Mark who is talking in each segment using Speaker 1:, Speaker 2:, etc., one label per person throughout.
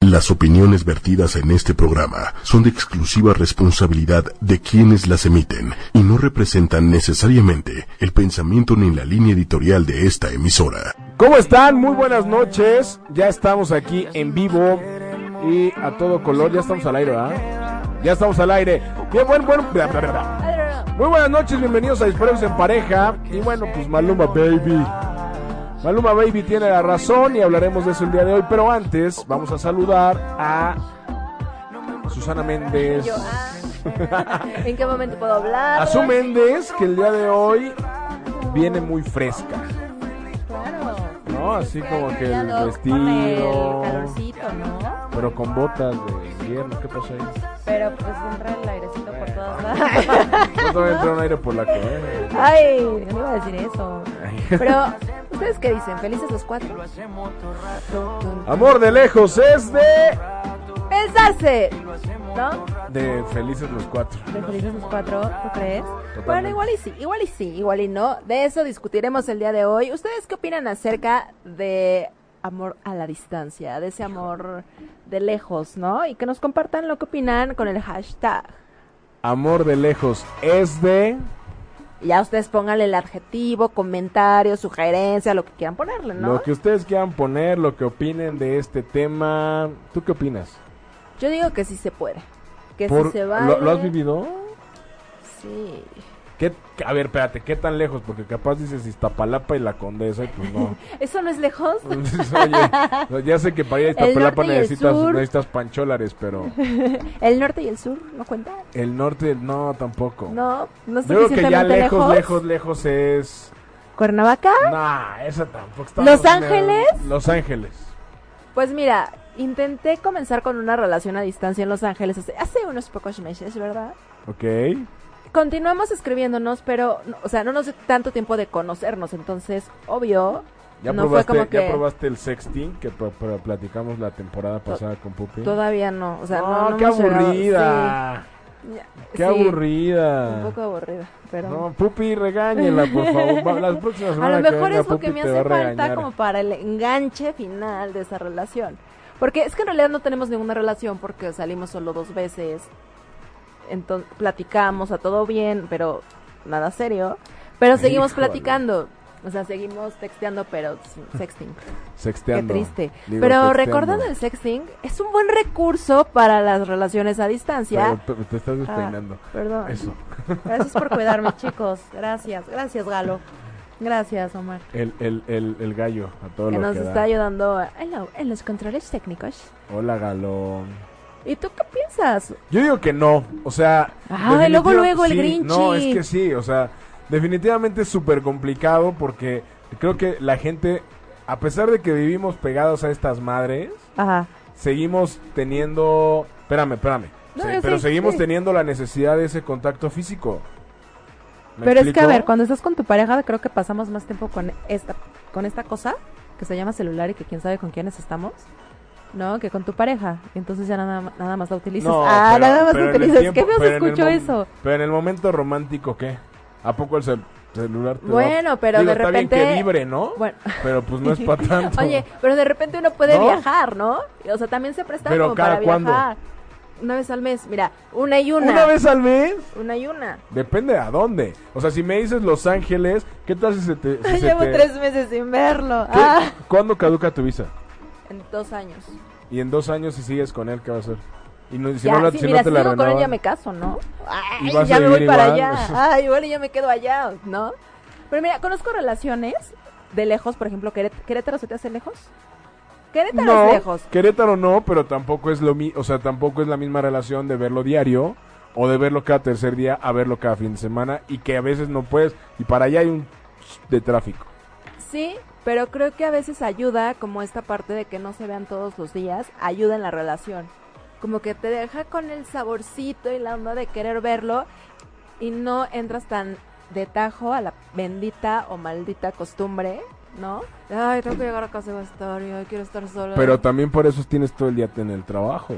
Speaker 1: Las opiniones vertidas en este programa son de exclusiva responsabilidad de quienes las emiten y no representan necesariamente el pensamiento ni la línea editorial de esta emisora.
Speaker 2: ¿Cómo están? Muy buenas noches. Ya estamos aquí en vivo y a todo color. Ya estamos al aire, ¿verdad? Ya estamos al aire. Bien, buen, buen. bla, bla, bla. Muy buenas noches, bienvenidos a Disparos en Pareja. Y bueno, pues Maluma Baby. Maluma Baby tiene la razón y hablaremos de eso el día de hoy. Pero antes, vamos a saludar a Susana Méndez.
Speaker 3: Yo, ah, ¿En qué momento puedo hablar?
Speaker 2: A Su Méndez, que el día de hoy viene muy fresca.
Speaker 3: Claro.
Speaker 2: ¿no? Así como que
Speaker 3: Ya
Speaker 2: el
Speaker 3: lo- con
Speaker 2: vestido.
Speaker 3: el calorcito, ¿no?
Speaker 2: Pero con botas de invierno, ¿qué pasó ahí?
Speaker 3: Pero pues entra el airecito por todas lados.
Speaker 2: No te va a entrar un aire polaco, ¿eh?
Speaker 3: Ay, no iba a decir eso. Pero, ¿ustedes qué dicen? Felices los cuatro.
Speaker 2: Amor de lejos es de...
Speaker 3: Pensarse, ¿no?
Speaker 2: De felices los cuatro.
Speaker 3: De felices los cuatro, ¿tú crees? Bueno, igual y sí, igual y sí, igual y no. De eso discutiremos el día de hoy. ¿Ustedes qué opinan acerca de amor a la distancia, de ese amor de lejos, ¿no? Y que nos compartan lo que opinan con el hashtag.
Speaker 2: Amor de lejos es de...
Speaker 3: Y Ya ustedes pónganle el adjetivo, comentario, sugerencia, lo que quieran ponerle, ¿no?
Speaker 2: Lo que ustedes quieran poner, lo que opinen de este tema. ¿Tú qué opinas?
Speaker 3: Yo digo que sí se puede. Que
Speaker 2: Por-
Speaker 3: sí se va.
Speaker 2: ¿Lo, lo has vivido?
Speaker 3: Sí.
Speaker 2: ¿Qué- a ver, espérate, ¿qué tan lejos? Porque capaz dices Iztapalapa y la Condesa y pues no.
Speaker 3: ¿Eso no es lejos?
Speaker 2: Oye, ya sé que para ir a
Speaker 3: norte
Speaker 2: Iztapalapa
Speaker 3: y el
Speaker 2: necesitas,
Speaker 3: sur.
Speaker 2: necesitas pancholares, pero
Speaker 3: ¿El norte y el sur no cuenta?
Speaker 2: el norte no tampoco.
Speaker 3: No, no es
Speaker 2: Yo creo que ya
Speaker 3: suficientemente
Speaker 2: lejos,
Speaker 3: lejos.
Speaker 2: lejos, lejos es...
Speaker 3: ¿Cuernavaca?
Speaker 2: Nah, esa tampoco está.
Speaker 3: ¿Los Ángeles?
Speaker 2: Los Ángeles.
Speaker 3: Pues mira, intenté comenzar con una relación a distancia en Los Ángeles hace, hace unos pocos meses, ¿verdad?
Speaker 2: Ok.
Speaker 3: Continuamos escribiéndonos, pero, no- o sea, no nos dio tanto tiempo de conocernos, entonces, obvio,
Speaker 2: Ya,
Speaker 3: no
Speaker 2: probaste,
Speaker 3: fue
Speaker 2: ya
Speaker 3: como que
Speaker 2: probaste el sexting que pro- pro- platicamos la temporada pasada con Pupi.
Speaker 3: todavía no, o sea,
Speaker 2: no,
Speaker 3: no, no
Speaker 2: Ah, qué
Speaker 3: hemos llegado,
Speaker 2: aburrida.
Speaker 3: sí, ya,
Speaker 2: Qué
Speaker 3: sí,
Speaker 2: aburrida.
Speaker 3: Un poco aburrida, pero...
Speaker 2: No, Pupi, regáñela, por favor. Va- La próxima
Speaker 3: A
Speaker 2: semana
Speaker 3: lo
Speaker 2: que
Speaker 3: mejor
Speaker 2: venga,
Speaker 3: es lo que
Speaker 2: Pupi
Speaker 3: me
Speaker 2: te va
Speaker 3: hace
Speaker 2: a
Speaker 3: falta
Speaker 2: regañar.
Speaker 3: como para el enganche final de esa relación. Porque es que en realidad no tenemos ninguna relación porque salimos solo dos veces. Entonces platicamos, a todo bien, pero nada serio. Pero seguimos
Speaker 2: Híjole.
Speaker 3: platicando. O sea, seguimos texteando, pero sin sexting. Qué
Speaker 2: Sexteando.
Speaker 3: triste.
Speaker 2: Digo,
Speaker 3: pero
Speaker 2: texteando.
Speaker 3: recordando el sexting, es un buen recurso para las relaciones a distancia.
Speaker 2: Pero te- te estás despeinando.
Speaker 3: Perdón.
Speaker 2: Eso.
Speaker 3: Gracias por cuidarme, chicos. Gracias. Gracias, Galo. Gracias, Omar
Speaker 2: El, el, el, el gallo, a todo
Speaker 3: que
Speaker 2: lo
Speaker 3: nos
Speaker 2: que da.
Speaker 3: está ayudando a- en, lo- en los controles técnicos.
Speaker 2: Hola, galón.
Speaker 3: ¿Y tú qué piensas?
Speaker 2: Yo digo que no, o sea...
Speaker 3: Ay, Ah, luego,
Speaker 2: definitiva-
Speaker 3: luego el
Speaker 2: sí,
Speaker 3: Grinchy.
Speaker 2: No, es que sí, o sea, definitivamente es súper complicado porque creo que la gente, a pesar de que vivimos pegados a estas madres,
Speaker 3: Ajá.
Speaker 2: seguimos teniendo... Espérame, espérame.
Speaker 3: No,
Speaker 2: Se-
Speaker 3: yo
Speaker 2: pero
Speaker 3: sí,
Speaker 2: seguimos
Speaker 3: sí.
Speaker 2: teniendo la necesidad de ese contacto físico. ¿Me
Speaker 3: Pero es que, a
Speaker 2: explico?
Speaker 3: ver, cuando estás con tu pareja, creo que pasamos más tiempo con esta, con esta cosa que se llama celular y que quién sabe con quiénes estamos. No, que con tu pareja. Entonces ya nada, ma- nada más la utilizas.
Speaker 2: No,
Speaker 3: ah,
Speaker 2: pero-
Speaker 3: nada más
Speaker 2: pero
Speaker 3: la
Speaker 2: en el
Speaker 3: utilizas.
Speaker 2: tiempo-
Speaker 3: ¿Qué feo
Speaker 2: pero
Speaker 3: se
Speaker 2: en el
Speaker 3: escuchó
Speaker 2: mom-
Speaker 3: eso?
Speaker 2: Pero en el momento romántico, ¿qué? ¿A poco el cel- celular te da-
Speaker 3: Bueno, pero
Speaker 2: Digo,
Speaker 3: de
Speaker 2: está bien
Speaker 3: repente-
Speaker 2: que vibre, ¿no?
Speaker 3: Bueno.
Speaker 2: Pero pues no es para tanto.
Speaker 3: Oye, pero de repente uno puede
Speaker 2: ¿No?
Speaker 3: viajar, ¿no? O sea, también se presta
Speaker 2: Pero
Speaker 3: como
Speaker 2: ¿cada
Speaker 3: para viajar.
Speaker 2: cuándo?
Speaker 3: Una vez al mes, mira, una y una.
Speaker 2: ¿Una vez al mes?
Speaker 3: Una y una.
Speaker 2: Depende de a dónde. O sea, si me dices Los Ángeles, ¿qué tal si se te... si se
Speaker 3: Llevo
Speaker 2: te-
Speaker 3: tres meses sin verlo.
Speaker 2: ¿Qué?
Speaker 3: Ah.
Speaker 2: ¿Cuándo caduca tu visa?
Speaker 3: En dos años.
Speaker 2: Y en dos años si sigues con él, ¿qué va a hacer? Y no, si
Speaker 3: ya,
Speaker 2: no la,
Speaker 3: sí,
Speaker 2: si no
Speaker 3: mira,
Speaker 2: te
Speaker 3: si
Speaker 2: la
Speaker 3: sigo con él ya
Speaker 2: renovan.
Speaker 3: me caso, ¿no? Ay,
Speaker 2: ¿Y vas
Speaker 3: ya
Speaker 2: a
Speaker 3: me
Speaker 2: vivir
Speaker 3: voy para
Speaker 2: igual?
Speaker 3: allá. Ay, bueno, ya me quedo allá, ¿no? Pero mira, conozco relaciones de lejos, por ejemplo, Querét- Querétaro se te hace lejos. Querétaro es
Speaker 2: No,
Speaker 3: lejos.
Speaker 2: Querétaro no, pero tampoco es lo mi, o sea, tampoco es la misma relación de verlo diario o de verlo cada tercer día a verlo cada fin de semana y que a veces no puedes y para allá hay un de tráfico.
Speaker 3: Sí, pero creo que a veces ayuda, como esta parte de que no se vean todos los días, ayuda en la relación. Como que te deja con el saborcito y la onda de querer verlo y no entras tan de tajo a la bendita o maldita costumbre, ¿no? Ay, tengo que llegar a casa y voy a estar, yo quiero estar sola.
Speaker 2: Pero también por eso tienes todo el día en el trabajo.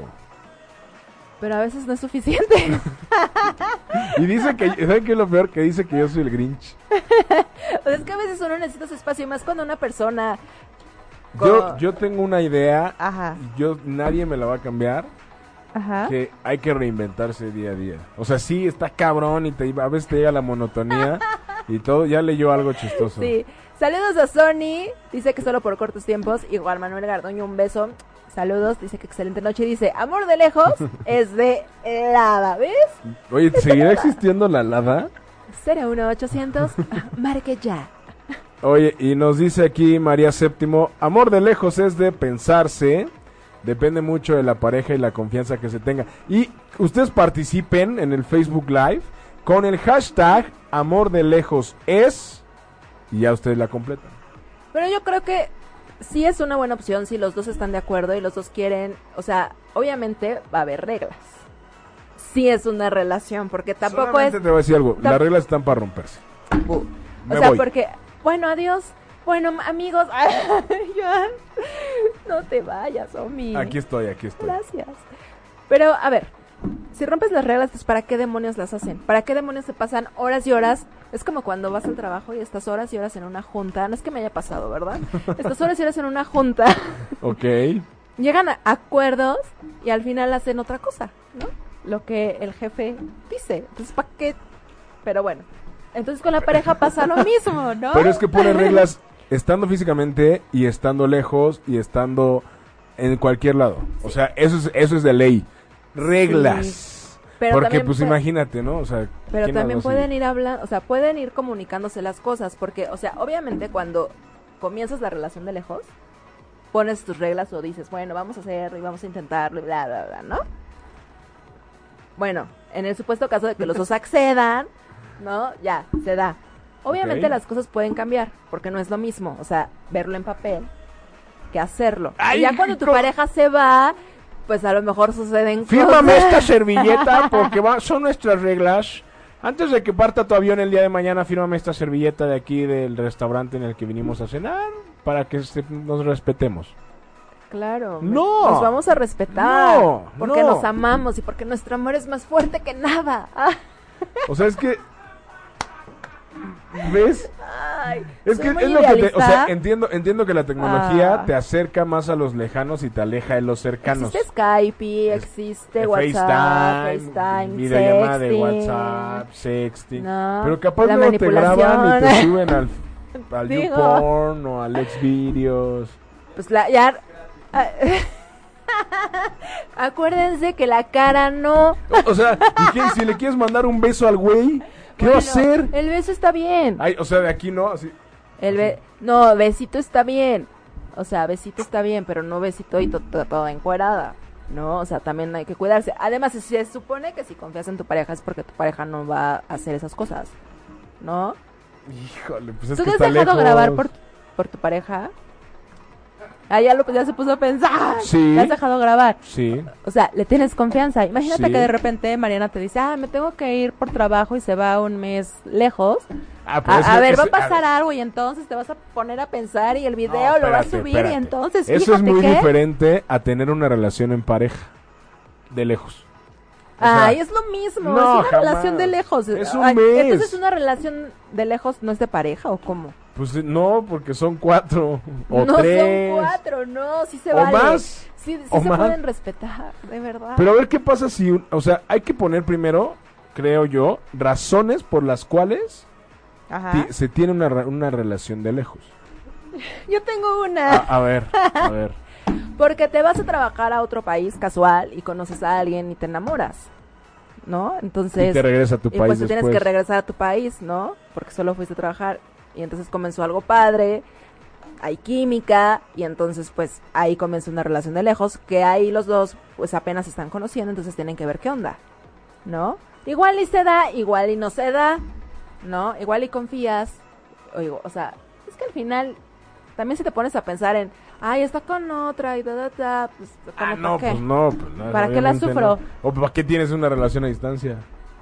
Speaker 3: Pero a veces no es suficiente.
Speaker 2: Y dice que, ¿saben qué es lo peor? Que dice que yo soy el Grinch.
Speaker 3: O sea, es que a veces uno necesita su espacio y más cuando una persona
Speaker 2: Yo, yo tengo una idea,
Speaker 3: Ah.
Speaker 4: Ajá,
Speaker 2: yo nadie me la va a cambiar,
Speaker 3: ¿Ah?
Speaker 4: ajá.
Speaker 2: que hay que reinventarse día a día. O sea, sí, está cabrón y te, a veces te llega la monotonía y todo. Ya leyó algo chistoso.
Speaker 3: Sí. Saludos a Sony. Dice que solo por cortos tiempos. Igual Manuel Gardoño, un beso. Saludos. Dice que excelente noche. Dice, amor de lejos es de helada. ¿Ves?
Speaker 2: Oye, ¿seguirá existiendo la lada?
Speaker 3: 01800. Marque ya.
Speaker 2: Oye, y nos dice aquí María Séptimo, amor de lejos es de pensarse, depende mucho de la pareja y la confianza que se tenga. Y ustedes participen en el Facebook Live con el hashtag amor de lejos es y ya ustedes la completan.
Speaker 3: Pero yo creo que sí es una buena opción si los dos están de acuerdo y los dos quieren. O sea, obviamente va a haber reglas. Sí es una relación, porque tampoco
Speaker 2: Solamente
Speaker 3: es.
Speaker 2: te voy a decir algo,
Speaker 3: tam-
Speaker 2: las reglas están para romperse.
Speaker 3: Bu.
Speaker 2: Me
Speaker 3: O sea,
Speaker 2: voy.
Speaker 3: porque, bueno, adiós. Bueno, am- amigos, Joan, no te vayas, Omi.
Speaker 2: Aquí estoy, aquí estoy.
Speaker 3: Gracias. Pero, a ver, si rompes las reglas, pues ¿para qué demonios las hacen? ¿Para qué demonios se pasan horas y horas? Es como cuando vas al trabajo y estás horas y horas en una junta. No es que me haya pasado, ¿verdad? Estás horas y horas en una junta.
Speaker 2: Ok.
Speaker 3: Llegan a acuerdos y al final hacen otra cosa, ¿no? Lo que el jefe dice. Entonces, ¿para qué? Pero bueno. Entonces con la pareja pasa lo mismo, ¿no?
Speaker 2: Pero es que pone reglas estando físicamente y estando lejos y estando en cualquier lado. O sea, eso es, eso es de ley. Reglas.
Speaker 3: Pero
Speaker 2: Porque
Speaker 3: también
Speaker 2: pues
Speaker 3: puede-
Speaker 2: imagínate, ¿no? O sea,
Speaker 3: Pero
Speaker 2: ¿quién las
Speaker 3: también
Speaker 2: hace?
Speaker 3: pueden ir hablando, o sea, pueden ir comunicándose las cosas, porque, o sea, obviamente cuando comienzas la relación de lejos, pones tus reglas o dices, bueno, vamos a hacerlo y vamos a intentarlo y bla, bla, bla, ¿no? Bueno, en el supuesto caso de que los dos accedan, ¿no? Ya, se da. Obviamente
Speaker 2: Ok.
Speaker 3: las cosas pueden cambiar, porque no es lo mismo, o sea, verlo en papel que hacerlo. Y
Speaker 2: Ay,
Speaker 3: ya cuando tu
Speaker 2: ¿cómo?
Speaker 3: pareja se va, pues a lo mejor suceden
Speaker 2: Fírmame
Speaker 3: cosas.
Speaker 2: esta servilleta porque va- son nuestras reglas. Antes de que parta tu avión el día de mañana, fírmame esta servilleta de aquí del restaurante en el que vinimos a cenar para que se- nos respetemos.
Speaker 3: Claro.
Speaker 2: No.
Speaker 3: me- Nos vamos a respetar.
Speaker 2: No,
Speaker 3: Porque
Speaker 2: no.
Speaker 3: nos amamos y porque nuestro amor es más fuerte que nada. Ah,
Speaker 2: O sea, es que... ¿Ves?
Speaker 3: Ay,
Speaker 2: Es
Speaker 3: soy
Speaker 2: que
Speaker 3: muy
Speaker 2: es lo que te, o
Speaker 3: idealista.
Speaker 2: sea, entiendo, entiendo que la tecnología
Speaker 3: Ah.
Speaker 2: te acerca más a los lejanos y te aleja de los cercanos.
Speaker 3: Existe Skype, existe
Speaker 2: Eh,
Speaker 3: WhatsApp,
Speaker 2: FaceTime,
Speaker 3: FaceTime,
Speaker 2: videollamada de
Speaker 3: sexting.
Speaker 2: WhatsApp, sexting.
Speaker 3: No,
Speaker 2: Pero capaz
Speaker 3: la
Speaker 2: luego te graban y te
Speaker 3: manipulación.
Speaker 2: suben al, al
Speaker 3: Digo.
Speaker 2: YouPorn o al Xvideos.
Speaker 3: Pues la, ya. ah, Acuérdense que la cara no.
Speaker 2: O sea, ¿y qué? si le quieres mandar un beso al güey, ¿qué va a
Speaker 3: Bueno, eh,
Speaker 2: hacer?
Speaker 3: El beso está bien.
Speaker 2: Ay, o sea, de aquí no, así.
Speaker 3: El be- no, besito está bien. O sea, besito está bien, pero no besito y to- to- toda encuerada. No, o sea, también hay que cuidarse. Además, se- se supone que si confías en tu pareja es porque tu pareja no va a hacer esas cosas. ¿No?
Speaker 2: Híjole, pues es
Speaker 3: ¿Tú
Speaker 2: que
Speaker 3: te has
Speaker 2: está
Speaker 3: dejado
Speaker 2: lejos.
Speaker 3: grabar por, por tu pareja? Ah, ya, lo, ya se puso a pensar.
Speaker 2: Sí.
Speaker 3: ¿Te has dejado grabar?
Speaker 2: Sí.
Speaker 3: O sea, le tienes confianza. Imagínate
Speaker 2: Sí.
Speaker 3: que de repente Mariana te dice, ah, me tengo que ir por trabajo y se va un mes lejos.
Speaker 2: Ah, pero
Speaker 3: A,
Speaker 2: es
Speaker 3: a
Speaker 2: que-
Speaker 3: ver,
Speaker 2: es-
Speaker 3: va a pasar algo y entonces te vas a poner a pensar y el video
Speaker 2: No,
Speaker 3: lo va a
Speaker 2: espérate,
Speaker 3: subir y
Speaker 2: espérate.
Speaker 3: entonces
Speaker 2: Eso es
Speaker 3: fíjate
Speaker 2: muy
Speaker 3: que...
Speaker 2: diferente a tener una relación en pareja. De lejos. O sea,
Speaker 3: Ay, es lo mismo,
Speaker 2: no,
Speaker 3: es una
Speaker 2: jamás.
Speaker 3: relación de lejos.
Speaker 2: Es un
Speaker 3: Ay,
Speaker 2: mes.
Speaker 3: Entonces una relación de lejos no es de pareja o cómo?
Speaker 2: Pues eh, no, porque son cuatro. O
Speaker 3: no
Speaker 2: tres.
Speaker 3: son cuatro, no, sí se
Speaker 2: o
Speaker 3: vale.
Speaker 2: más.
Speaker 3: Sí, sí
Speaker 2: o
Speaker 3: se
Speaker 2: más.
Speaker 3: pueden respetar, de verdad.
Speaker 2: Pero a ver qué pasa si. un- o sea, hay que poner primero, creo yo, razones por las cuales
Speaker 4: Ajá.
Speaker 2: ti- se tiene una, ra- una relación de lejos.
Speaker 3: Yo tengo una.
Speaker 2: A, a ver, a ver.
Speaker 3: Porque te vas a trabajar a otro país casual y conoces a alguien y te enamoras. ¿No? Entonces.
Speaker 2: y te regresa a tu
Speaker 3: y
Speaker 2: país
Speaker 3: pues te tienes
Speaker 2: después.
Speaker 3: que regresar a tu país, ¿no? Porque solo fuiste a trabajar y entonces comenzó algo padre, hay química y entonces pues ahí comenzó una relación de lejos que ahí los dos pues apenas se están conociendo, entonces tienen que ver qué onda, ¿no? Igual y se da, igual y no se da, ¿no? Igual y confías, o, digo, o sea, es que al final también si te pones a pensar en, ay, está con otra y da, da, da, pues como
Speaker 2: Ah,
Speaker 3: que
Speaker 2: no,
Speaker 3: qué.
Speaker 2: pues no, pues no,
Speaker 3: ¿Para qué la
Speaker 2: obviamente
Speaker 3: sufro?
Speaker 2: no. ¿O para qué tienes una relación a distancia?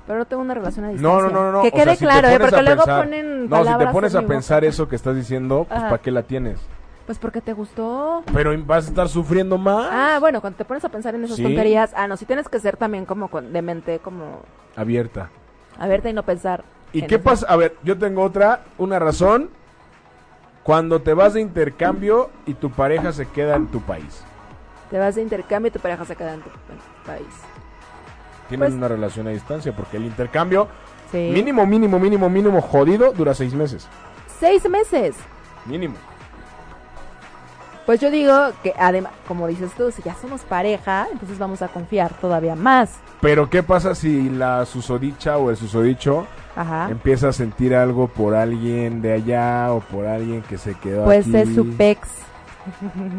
Speaker 3: Pero no tengo una relación a
Speaker 2: No,
Speaker 3: distancia.
Speaker 2: no, no, no.
Speaker 3: Que
Speaker 2: o sea,
Speaker 3: quede
Speaker 2: si te
Speaker 3: claro, ¿eh?
Speaker 2: pones a
Speaker 3: Porque luego
Speaker 2: pensar-
Speaker 3: ponen
Speaker 2: No, si te
Speaker 3: palabras
Speaker 2: pones
Speaker 3: en
Speaker 2: a
Speaker 3: mi
Speaker 2: pensar
Speaker 3: boca.
Speaker 2: eso que estás diciendo, pues
Speaker 3: Ajá.
Speaker 2: ¿para qué la tienes?
Speaker 3: Pues porque te gustó.
Speaker 2: Pero vas a estar sufriendo más.
Speaker 3: Ah, bueno, cuando te pones a pensar en esas
Speaker 2: Sí.
Speaker 3: tonterías, ah, no, sí tienes que ser también como con, de mente, como
Speaker 2: Abierta.
Speaker 3: abierta y no pensar.
Speaker 2: ¿Y
Speaker 3: en
Speaker 2: qué
Speaker 3: eso.
Speaker 2: pasa? A ver, yo tengo otra, una razón Cuando te vas de intercambio y tu pareja se queda en tu país.
Speaker 3: Te vas de intercambio y tu pareja se queda en tu, en tu país.
Speaker 2: Tienen
Speaker 3: Pues-
Speaker 2: una relación a distancia porque el intercambio
Speaker 3: Sí.
Speaker 2: mínimo, mínimo, mínimo, mínimo jodido dura seis meses.
Speaker 3: Seis meses.
Speaker 2: Mínimo.
Speaker 3: Pues yo digo que además, como dices tú, si ya somos pareja, entonces vamos a confiar todavía más.
Speaker 2: Pero ¿qué pasa si la susodicha o el susodicho
Speaker 3: Ajá.
Speaker 2: empieza a sentir algo por alguien de allá o por alguien que se quedó
Speaker 3: Pues
Speaker 2: aquí?
Speaker 3: es su pex.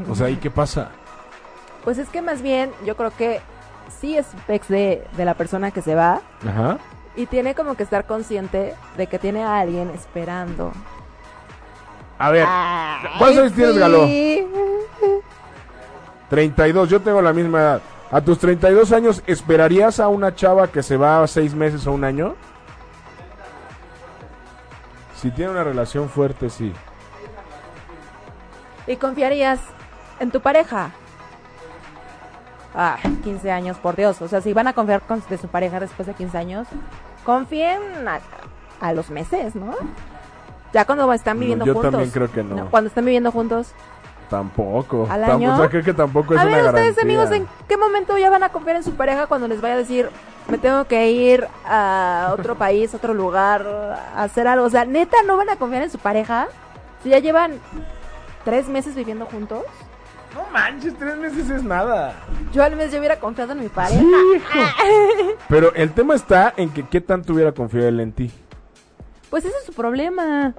Speaker 2: O sea, ¿y qué pasa?
Speaker 3: Pues es que más bien, yo creo que sí es su pex de, de la persona que se va
Speaker 2: Ajá.
Speaker 3: y tiene como que estar consciente de que tiene a alguien esperando.
Speaker 2: A ver,
Speaker 3: Ah.
Speaker 2: ¿cuántos años tienes, Galo? 32, yo tengo la misma edad. ¿A tus 32 años esperarías a una chava que se va a seis meses o un año? Si tiene una relación fuerte, sí.
Speaker 3: ¿Y confiarías en tu pareja? Ah, 15 años, por Dios. O sea, si van a confiar con, de su pareja después de 15 años, confíen a, a los meses, ¿no? Ya cuando están
Speaker 2: No,
Speaker 3: viviendo
Speaker 2: yo
Speaker 3: juntos.
Speaker 2: también creo que no.
Speaker 3: Cuando están viviendo juntos.
Speaker 2: Tampoco.
Speaker 3: ¿Al
Speaker 2: Tampo-
Speaker 3: año?
Speaker 2: o sea, creo que tampoco es
Speaker 3: a
Speaker 2: Pues una
Speaker 3: ver, ustedes
Speaker 2: garantía.
Speaker 3: amigos, ¿en qué momento ya van a confiar en su pareja cuando les vaya a decir, me tengo que ir a otro país, otro lugar, a hacer algo? O sea, neta, ¿no van a confiar en su pareja? Si ya llevan tres meses viviendo juntos.
Speaker 2: No manches, tres meses es nada.
Speaker 3: Yo al mes yo hubiera confiado en mi pareja.
Speaker 2: Pero el tema está en que qué tanto hubiera confiado él en ti.
Speaker 3: Pues ese es su problema.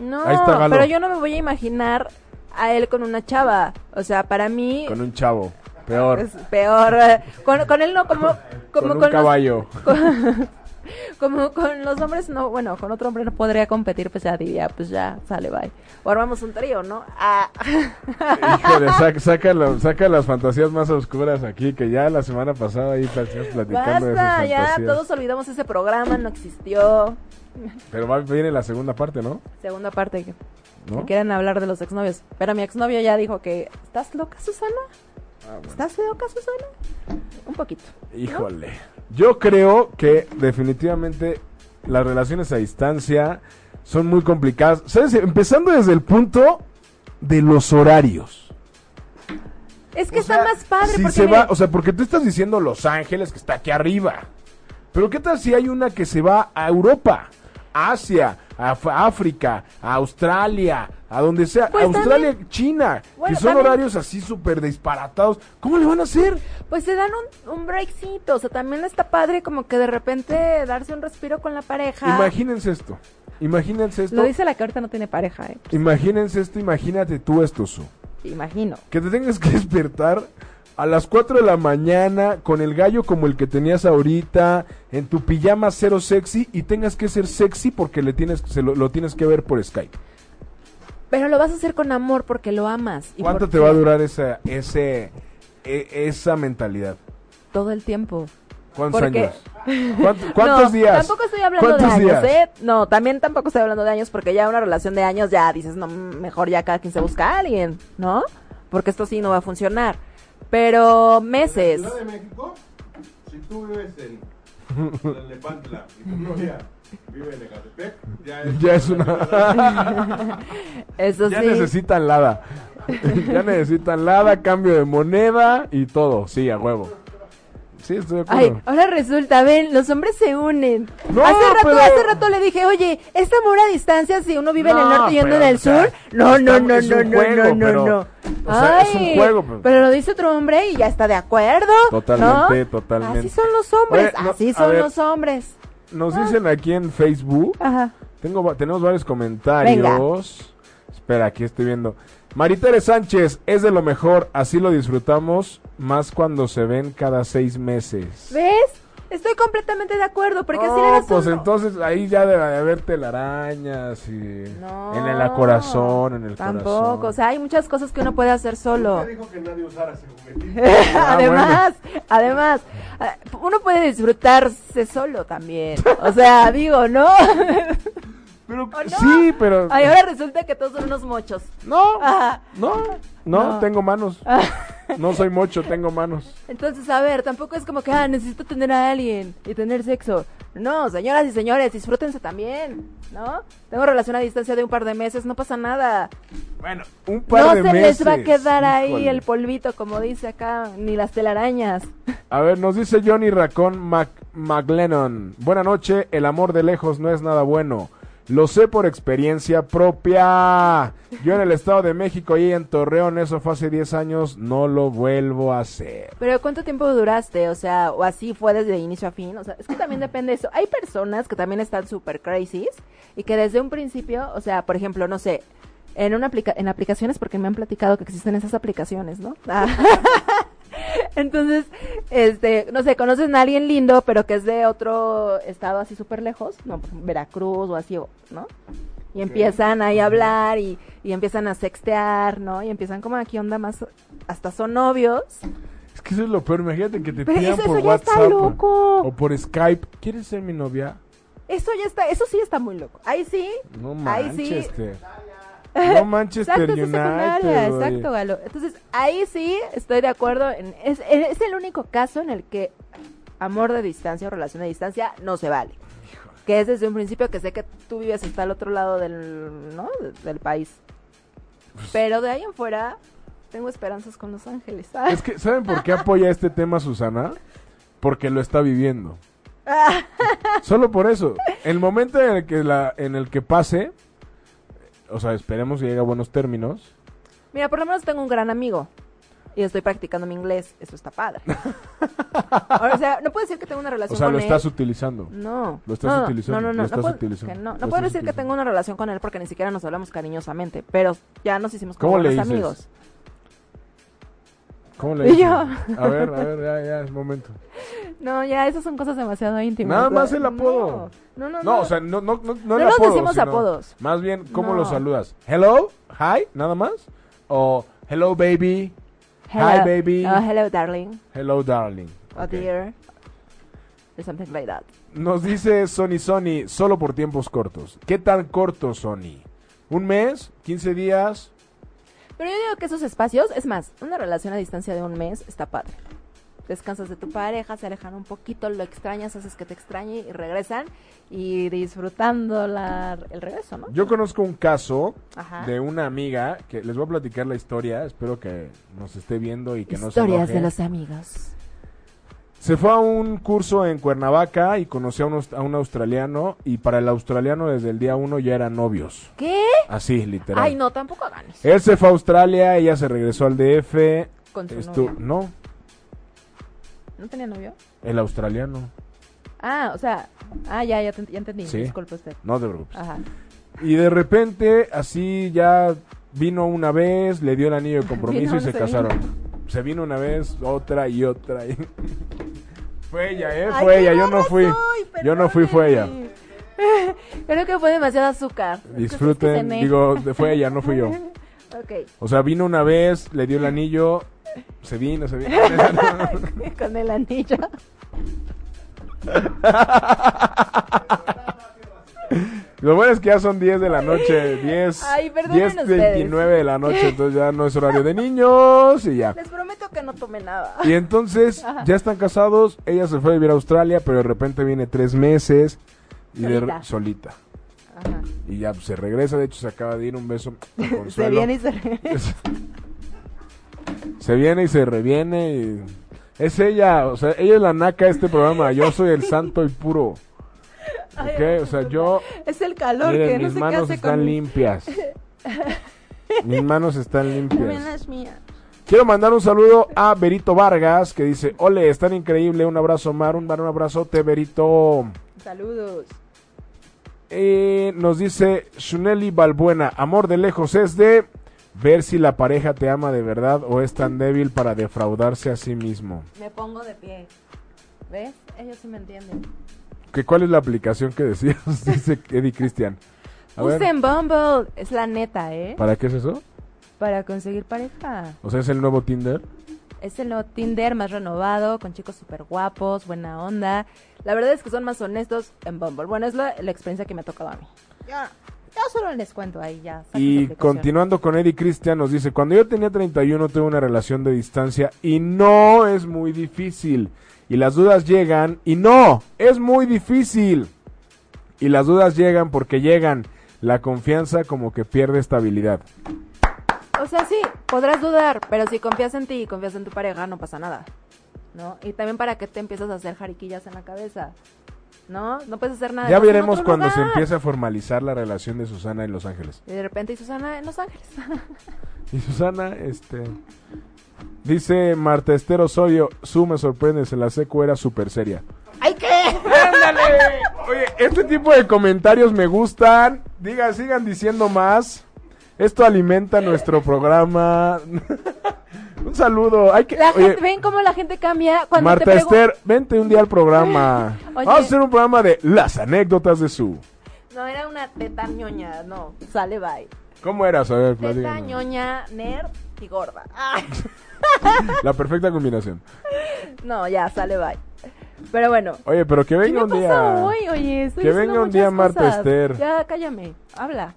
Speaker 3: No,
Speaker 2: Ahí está Galo.
Speaker 3: pero yo no me voy a imaginar a él con una chava. O sea, para mí
Speaker 2: Con un chavo. Peor.
Speaker 3: es peor. Con, con él no, como, como
Speaker 2: con un
Speaker 3: los-
Speaker 2: caballo.
Speaker 3: con- como con los hombres no, bueno, con otro hombre no podría competir, pues ya diría, pues ya, sale, bye. O armamos un trío, ¿no? Ah.
Speaker 2: Híjole, saca, saca, lo- saca las fantasías más oscuras aquí, que ya la semana pasada ahí estabas platicando de esas
Speaker 3: Basta, ya,
Speaker 2: fantasías.
Speaker 3: todos olvidamos ese programa, no existió.
Speaker 2: Pero va, viene la segunda parte, ¿no?
Speaker 3: Segunda parte, que
Speaker 2: ¿No?
Speaker 3: quieren hablar de los exnovios. Pero mi exnovio ya dijo que, ¿estás loca, Susana?
Speaker 2: Ah, bueno.
Speaker 3: ¿Estás loca, Susana? Un poquito.
Speaker 2: Híjole. Yo creo que definitivamente las relaciones a distancia son muy complicadas. ¿Sabes? Empezando desde el punto de los horarios.
Speaker 3: Es que
Speaker 2: O
Speaker 3: está
Speaker 2: sea,
Speaker 3: más padre
Speaker 2: si
Speaker 3: porque
Speaker 2: se
Speaker 3: mira,
Speaker 2: va, o sea, porque tú estás diciendo Los Ángeles que está aquí arriba. Pero qué tal si hay una que se va a Europa, a Asia, a Af- África, a Australia, a donde sea,
Speaker 3: Pues
Speaker 2: Australia, China,
Speaker 3: Bueno,
Speaker 2: que son
Speaker 3: también-
Speaker 2: horarios así súper disparatados. ¿Cómo le van a hacer?
Speaker 3: pues se dan un, un breakcito. O sea, también está padre como que de repente darse un respiro con la pareja.
Speaker 2: Imagínense esto. Imagínense esto.
Speaker 3: Lo dice la que ahorita no tiene pareja, ¿eh?
Speaker 2: Imagínense esto, imagínate tú esto, Su.
Speaker 3: Imagino.
Speaker 2: Que te tengas que despertar a las 4 de la mañana con el gallo como el que tenías ahorita, en tu pijama cero sexy y tengas que ser sexy porque le tienes, se lo, lo tienes que ver por Skype.
Speaker 3: Pero lo vas a hacer con amor porque lo amas. y
Speaker 2: ¿Cuánto
Speaker 3: porque
Speaker 2: te va a durar esa, ese, e- esa mentalidad?
Speaker 3: Todo el tiempo.
Speaker 2: ¿Cuántos
Speaker 3: Porque-
Speaker 2: años? ¿Cuánto- ¿Cuántos
Speaker 3: No,
Speaker 2: días?
Speaker 3: Tampoco estoy hablando de
Speaker 2: ¿Cuántos
Speaker 3: años,
Speaker 2: días?
Speaker 3: ¿eh? No, también tampoco estoy hablando de años porque ya una relación de años ya dices, no, mejor ya cada quien se busca a alguien, ¿no? Porque esto sí no va a funcionar. Pero meses.
Speaker 4: En la Ciudad de México, si tú vives en en Lepantla y tu novia vive en Ecatepec, ya es,
Speaker 2: Ya es una...
Speaker 3: Eso
Speaker 2: ya
Speaker 3: sí.
Speaker 2: necesitan lada. ya necesitan lada, cambio de moneda y todo. Sí, a huevo. Sí, estoy de acuerdo.
Speaker 3: Ay, ahora resulta, ven, los hombres se unen.
Speaker 2: No,
Speaker 3: hace rato,
Speaker 2: pero-
Speaker 3: hace rato le dije, oye, ¿es amor a distancia si uno vive en el
Speaker 2: No,
Speaker 3: norte y uno en
Speaker 2: pero,
Speaker 3: el
Speaker 2: o sea,
Speaker 3: sur? No, no, no,
Speaker 2: es
Speaker 3: no,
Speaker 2: un
Speaker 3: no,
Speaker 2: juego,
Speaker 3: no, no,
Speaker 2: pero-
Speaker 3: no.
Speaker 2: o sea, es un
Speaker 3: Ay,
Speaker 2: juego, pero-
Speaker 3: Pero lo dice otro hombre y ya está de acuerdo. ¿no?
Speaker 2: Totalmente, totalmente.
Speaker 3: Así son los hombres,
Speaker 2: Oye, no,
Speaker 3: así
Speaker 2: a
Speaker 3: son
Speaker 2: ver.
Speaker 3: los hombres.
Speaker 2: Nos dicen aquí en Facebook.
Speaker 3: Ajá.
Speaker 2: Tengo, va- tenemos varios comentarios. Espera, aquí estoy viendo. Maritere Sánchez es de lo mejor. Así lo disfrutamos más cuando se ven cada seis meses.
Speaker 3: ¿Ves? Estoy completamente de acuerdo, porque así
Speaker 2: No,
Speaker 3: le das un-
Speaker 2: pues entonces ahí ya debe de haber telarañas y
Speaker 3: No.
Speaker 2: en el corazón, en el
Speaker 3: Tampoco,
Speaker 2: corazón.
Speaker 3: o sea, hay muchas cosas que uno puede hacer solo.
Speaker 4: te dijo que nadie usara ese juguetito.
Speaker 2: Ah,
Speaker 3: además, además, ah, uno puede disfrutarse solo también. O sea, digo, ¿no?
Speaker 2: Pero-
Speaker 3: ¿O no?
Speaker 2: sí, pero
Speaker 3: Ay, ahora resulta que todos son unos mochos.
Speaker 2: no,
Speaker 3: Ajá.
Speaker 2: no, no,
Speaker 3: No. Ah.
Speaker 2: tengo manos. No soy mocho, tengo manos.
Speaker 3: Entonces, a ver, tampoco es como que, ah, necesito tener a alguien y tener sexo. No, señoras y señores, disfrútense también, ¿no? Tengo relación a distancia de un par de meses, no pasa nada.
Speaker 2: Bueno, un par de
Speaker 3: no se
Speaker 2: meses.
Speaker 3: les va a quedar ahí
Speaker 2: Híjole.
Speaker 3: el polvito, como dice acá, ni las telarañas.
Speaker 2: A ver, nos dice Johnny Racón Mac McLennan. Buena noche, el amor de lejos no es nada bueno. Lo sé por experiencia propia. Yo en el Estado de México y ella en Torreón, eso fue hace 10 años, no lo vuelvo a hacer.
Speaker 3: Pero ¿cuánto tiempo duraste? O sea, o así fue desde inicio a fin. O sea, es que también depende de eso. Hay personas que también están súper crazies y que desde un principio, o sea, por ejemplo, no sé, en una aplica en aplicaciones, porque me han platicado que existen esas aplicaciones, ¿no? Ah. Entonces, este, no sé, conocen a alguien lindo, pero que es de otro estado así súper lejos, no, por ejemplo, Veracruz o así, o- ¿no? Y empiezan ahí a hablar y, y empiezan a sextear, ¿no? Y empiezan como aquí onda más, hasta son novios.
Speaker 2: Es que eso es lo peor, imagínate que te
Speaker 3: Pero
Speaker 2: pidan
Speaker 3: eso-
Speaker 2: por
Speaker 3: eso ya está
Speaker 2: WhatsApp o-
Speaker 3: loco.
Speaker 2: o por Skype. ¿Quieres ser mi novia?
Speaker 3: Eso ya está, eso sí está muy loco. Ahí sí.
Speaker 2: No este.
Speaker 3: Ahí sí.
Speaker 2: Manchester. No Manchester
Speaker 3: Exacto, es de
Speaker 2: United.
Speaker 3: secundaria,
Speaker 2: güey.
Speaker 3: exacto, Galo. Entonces, ahí sí estoy de acuerdo. en- es, es el único caso en el que amor de distancia o relación de distancia no se vale. Que es desde un principio que sé que tú vives hasta el otro lado del, ¿no? De- del país.
Speaker 2: Pues
Speaker 3: Pero de ahí en fuera, tengo esperanzas con Los Ángeles. Ah,
Speaker 2: Es que, ¿saben por qué apoya este tema Susana? Porque lo está viviendo. Solo por eso. El momento en el que, la, en el que pase, o sea, esperemos que llegue a buenos términos.
Speaker 3: Mira, por lo menos tengo un gran amigo. Y estoy practicando mi inglés. Eso está padre. o sea, no puedo decir que tengo una
Speaker 2: O
Speaker 3: relación
Speaker 2: sea,
Speaker 3: con
Speaker 2: lo
Speaker 3: él.
Speaker 2: estás utilizando.
Speaker 3: No.
Speaker 2: Lo estás
Speaker 3: no, no,
Speaker 2: utilizando,
Speaker 3: No, no,
Speaker 2: lo
Speaker 3: no.
Speaker 2: estás
Speaker 3: no puedo,
Speaker 2: utilizando,
Speaker 3: que no, no
Speaker 2: lo
Speaker 3: puedo
Speaker 2: estás
Speaker 3: decir que
Speaker 2: utilizando.
Speaker 3: tengo una relación con él porque ni siquiera nos hablamos cariñosamente, pero ya nos hicimos como
Speaker 2: ¿Cómo le
Speaker 3: buenos
Speaker 2: dices?
Speaker 3: amigos.
Speaker 2: ¿Cómo le
Speaker 3: Y
Speaker 2: dices?
Speaker 3: yo.
Speaker 2: A ver, a ver, ya, ya, es momento.
Speaker 3: No, ya, esas son cosas demasiado íntimas.
Speaker 2: Nada más
Speaker 3: ¿verdad?
Speaker 2: el apodo.
Speaker 3: No, no, no.
Speaker 2: No, o sea, no, no, no, no, el
Speaker 3: nos
Speaker 2: apodo,
Speaker 3: decimos
Speaker 2: sino
Speaker 3: apodos.
Speaker 2: Más bien, ¿cómo
Speaker 3: No.
Speaker 2: lo saludas? ¿Hello? ¿Hi? ¿Nada más? ¿O hello, baby?
Speaker 3: Hello.
Speaker 2: Hi, baby.
Speaker 3: No, hello, darling.
Speaker 2: Hello, darling.
Speaker 3: Oh,
Speaker 2: Ok.
Speaker 3: dear. Or something like that.
Speaker 2: Nos dice Sony Sony, solo por tiempos cortos. ¿Qué tan corto, Sony? ¿Un mes? ¿15 días?
Speaker 3: Pero yo digo que esos espacios, es más, una relación a distancia de un mes está padre. Descansas de tu pareja, se alejan un poquito, lo extrañas, haces que te extrañe y regresan y disfrutando la- el regreso, ¿no?
Speaker 2: Yo conozco un caso
Speaker 3: Ajá.
Speaker 2: de una amiga que les voy a platicar la historia. Espero que nos esté viendo y que no se
Speaker 3: Historias
Speaker 2: enoje.
Speaker 3: de los amigos.
Speaker 2: Se fue a un curso en Cuernavaca y conoció a un, aus- a un australiano. Y para el australiano, desde el día uno ya eran novios.
Speaker 3: ¿Qué?
Speaker 2: Así, literal.
Speaker 3: ¿Eh? Ay, no, tampoco hagan eso.
Speaker 2: Él se fue a Australia, ella se regresó al DF.
Speaker 3: Con su
Speaker 2: Estu-
Speaker 3: novio.
Speaker 2: No,
Speaker 3: ¿No tenía novio?
Speaker 2: el australiano.
Speaker 3: Ah, o sea, ah, ya, ya, te- ya entendí.
Speaker 2: Sí.
Speaker 3: Disculpe usted.
Speaker 2: No te preocupes.
Speaker 3: Ajá.
Speaker 2: Y de repente, así ya vino una vez, le dio el anillo de
Speaker 3: Vino
Speaker 2: compromiso
Speaker 3: una,
Speaker 2: y se
Speaker 3: se
Speaker 2: casaron. Se vino una vez, otra y otra. y- fue ella, ¿eh?
Speaker 3: Ay,
Speaker 2: Fue
Speaker 3: qué
Speaker 2: ella, yo no
Speaker 3: barra
Speaker 2: fui.
Speaker 3: soy,
Speaker 2: yo no fui, fue ella.
Speaker 3: perdónenme. Creo que fue demasiado azúcar. Cosas
Speaker 2: Disfruten,
Speaker 3: que cené.
Speaker 2: digo, de- fue ella, no fui yo.
Speaker 3: Ok,
Speaker 2: O sea, vino una vez, le dio el anillo, se vino, se vino.
Speaker 3: con el anillo.
Speaker 2: Lo bueno es que ya son 10 de la noche, 10,
Speaker 3: Ay, perdonen
Speaker 2: 10 29 de la noche, entonces ya no es horario de niños y ya.
Speaker 3: Les prometo que no tomé nada.
Speaker 2: Y entonces ya están casados, ella se fue a vivir a Australia, pero de repente viene tres meses y de re- solita.
Speaker 3: Solita. Ajá.
Speaker 2: Y ya pues, se regresa, de hecho se acaba de ir un beso. a
Speaker 3: Se
Speaker 2: Consuelo.
Speaker 3: viene y se...
Speaker 2: Se viene y se reviene. y- Es ella, o sea, ella es la naca de este programa, yo soy el santo y puro.
Speaker 3: Ay,
Speaker 2: ¿Ok? O sea, yo,
Speaker 3: Es el calor
Speaker 2: miren,
Speaker 3: que no
Speaker 2: mis
Speaker 3: sé qué
Speaker 2: manos
Speaker 3: hace
Speaker 2: están
Speaker 3: con...
Speaker 2: limpias. Mis manos están
Speaker 3: También
Speaker 2: limpias.
Speaker 3: es mía.
Speaker 2: Quiero mandar un saludo a Berito Vargas que dice, ole, están increíble, un abrazo Mar, un, un abrazote Berito.
Speaker 3: Saludos.
Speaker 2: Eh, nos dice Shuneli Balbuena, amor de lejos es de ver si la pareja te ama de verdad o es tan débil para defraudarse a sí mismo.
Speaker 3: Me pongo de pie. ¿Ves? Ellos sí me entienden.
Speaker 2: ¿Que ¿Cuál es la aplicación que decías? Dice Eddie Cristian. A ver,
Speaker 3: Usen Bumble, es la neta, ¿eh?
Speaker 2: ¿Para qué es eso?
Speaker 3: Para conseguir pareja.
Speaker 2: O sea, es el nuevo Tinder.
Speaker 3: Es el nuevo Tinder más renovado, con chicos súper guapos, buena onda. La verdad es que son más honestos en Bumble. Bueno, es la, la experiencia que me ha tocado a mí.
Speaker 5: Yo solo les cuento ahí ya. saco su
Speaker 2: Y
Speaker 5: aplicación.
Speaker 2: continuando con Eddie Cristian nos dice, cuando yo tenía 31 tuve una relación de distancia y no es muy difícil. Y las dudas llegan y no, es muy difícil. Y las dudas llegan porque llegan. La confianza como que pierde estabilidad.
Speaker 3: O sea, sí, podrás dudar, pero si confías en ti y confías en tu pareja, no pasa nada. ¿No? Y también para que te empiezas a hacer jariquillas en la cabeza. ¿No? Ah, No puedes hacer nada.
Speaker 2: Ya
Speaker 3: Estás en
Speaker 2: veremos
Speaker 3: otro
Speaker 2: cuando se
Speaker 3: lugar.
Speaker 2: empiece a formalizar la relación de Susana en Los Ángeles.
Speaker 3: Y de repente, y Susana en Los Ángeles.
Speaker 2: Y Susana, este... Dice Marta Estero Osorio, su me sorprendes, en la secu era súper seria.
Speaker 5: ¡Ay, qué!
Speaker 2: ¡Ándale! Oye, este tipo de comentarios me gustan. Diga, sigan diciendo más. Esto alimenta nuestro programa. un saludo. Hay que,
Speaker 3: La
Speaker 2: oye,
Speaker 3: gente, ven cómo la gente cambia cuando
Speaker 2: Marta
Speaker 3: te pregun-
Speaker 2: Esther, vente un día al programa.
Speaker 3: Oye.
Speaker 2: Vamos a hacer un programa de las anécdotas de su.
Speaker 3: No, era una teta ñoña, no. Sale, bye.
Speaker 2: ¿Cómo eras? A ver,
Speaker 3: Teta
Speaker 2: platícanos.
Speaker 3: ñoña, nerd y gorda. Ah,
Speaker 2: La perfecta combinación.
Speaker 3: no, ya, sale, bye. Pero bueno.
Speaker 2: Oye, pero que
Speaker 3: ¿Qué
Speaker 2: venga
Speaker 3: me
Speaker 2: un día.
Speaker 3: pasa hoy? Oye, estoy
Speaker 2: Que venga
Speaker 3: diciendo
Speaker 2: un
Speaker 3: muchas
Speaker 2: día Marta
Speaker 3: cosas.
Speaker 2: Esther.
Speaker 3: Ya, cállame. Habla.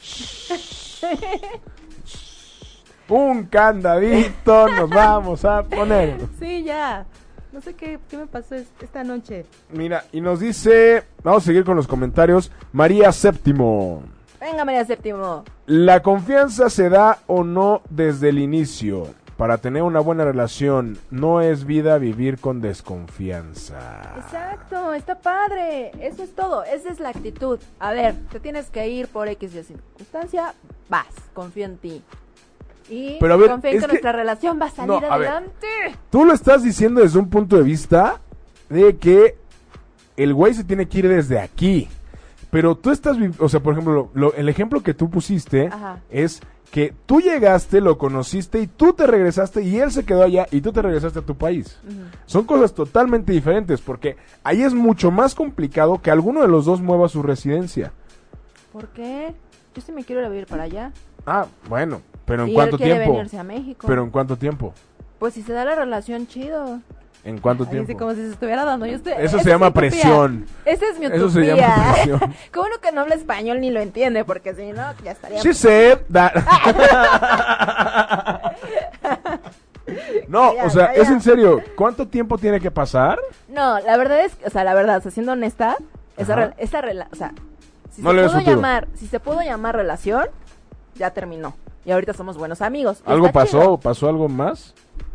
Speaker 2: Un candadito nos vamos a poner.
Speaker 5: Sí, ya. No sé qué, qué me pasó es- esta noche.
Speaker 2: Mira, y nos dice, vamos a seguir con los comentarios, María Séptimo.
Speaker 3: Venga, María Séptimo.
Speaker 2: La confianza se da o no desde el inicio. Para tener una buena relación, no es vida vivir con desconfianza.
Speaker 3: Exacto, está padre. Eso es todo. Esa es la actitud. A ver, te tienes que ir por X y circunstancia. Vas, confío en ti. Y
Speaker 2: Pero a ver,
Speaker 3: confío en
Speaker 2: es
Speaker 3: que,
Speaker 2: que-
Speaker 3: nuestra relación va a salir
Speaker 2: No, a ver.
Speaker 3: adelante.
Speaker 2: Tú lo estás diciendo desde un punto de vista de que el güey se tiene que ir desde aquí. Pero tú estás, vi- o sea, por ejemplo, lo- el ejemplo que tú pusiste
Speaker 3: Ajá.
Speaker 2: es que tú llegaste, lo conociste y tú te regresaste y él se quedó allá y tú te regresaste a tu país. Son cosas totalmente diferentes porque ahí es mucho más complicado que alguno de los dos mueva su residencia.
Speaker 3: ¿Por qué? Yo sí me quiero ir a vivir para allá.
Speaker 2: Ah, bueno, pero ¿en
Speaker 3: y
Speaker 2: cuánto
Speaker 3: él quiere
Speaker 2: tiempo?
Speaker 3: venirse a México.
Speaker 2: Pero ¿en cuánto tiempo?
Speaker 3: Pues si se da la relación, chido.
Speaker 2: ¿En cuánto
Speaker 5: Ahí sí,
Speaker 2: tiempo?
Speaker 5: como si se estuviera dando. Yo estoy-
Speaker 2: Eso
Speaker 5: esa
Speaker 2: se
Speaker 5: es
Speaker 2: llama
Speaker 5: mi utopía.
Speaker 2: presión.
Speaker 3: Esa es mi utopía.
Speaker 2: Eso se llama presión.
Speaker 3: Qué bueno que no habla español ni lo entiende, porque si no, ya estaría.
Speaker 2: Sí sé. da- no, o sea, es en serio. ¿Cuánto tiempo tiene que pasar?
Speaker 3: No, la verdad es, o sea, la verdad, o sea, siendo honesta, esa,
Speaker 2: Ajá.
Speaker 3: rela- esa rela- o sea, si
Speaker 2: No
Speaker 3: se
Speaker 2: le ves
Speaker 3: pudo
Speaker 2: futuro.
Speaker 3: llamar, si se pudo llamar relación, ya terminó. Y ahorita somos buenos amigos. Y
Speaker 2: ¿Algo
Speaker 3: está
Speaker 2: pasó?
Speaker 3: chido.
Speaker 2: ¿Pasó algo más?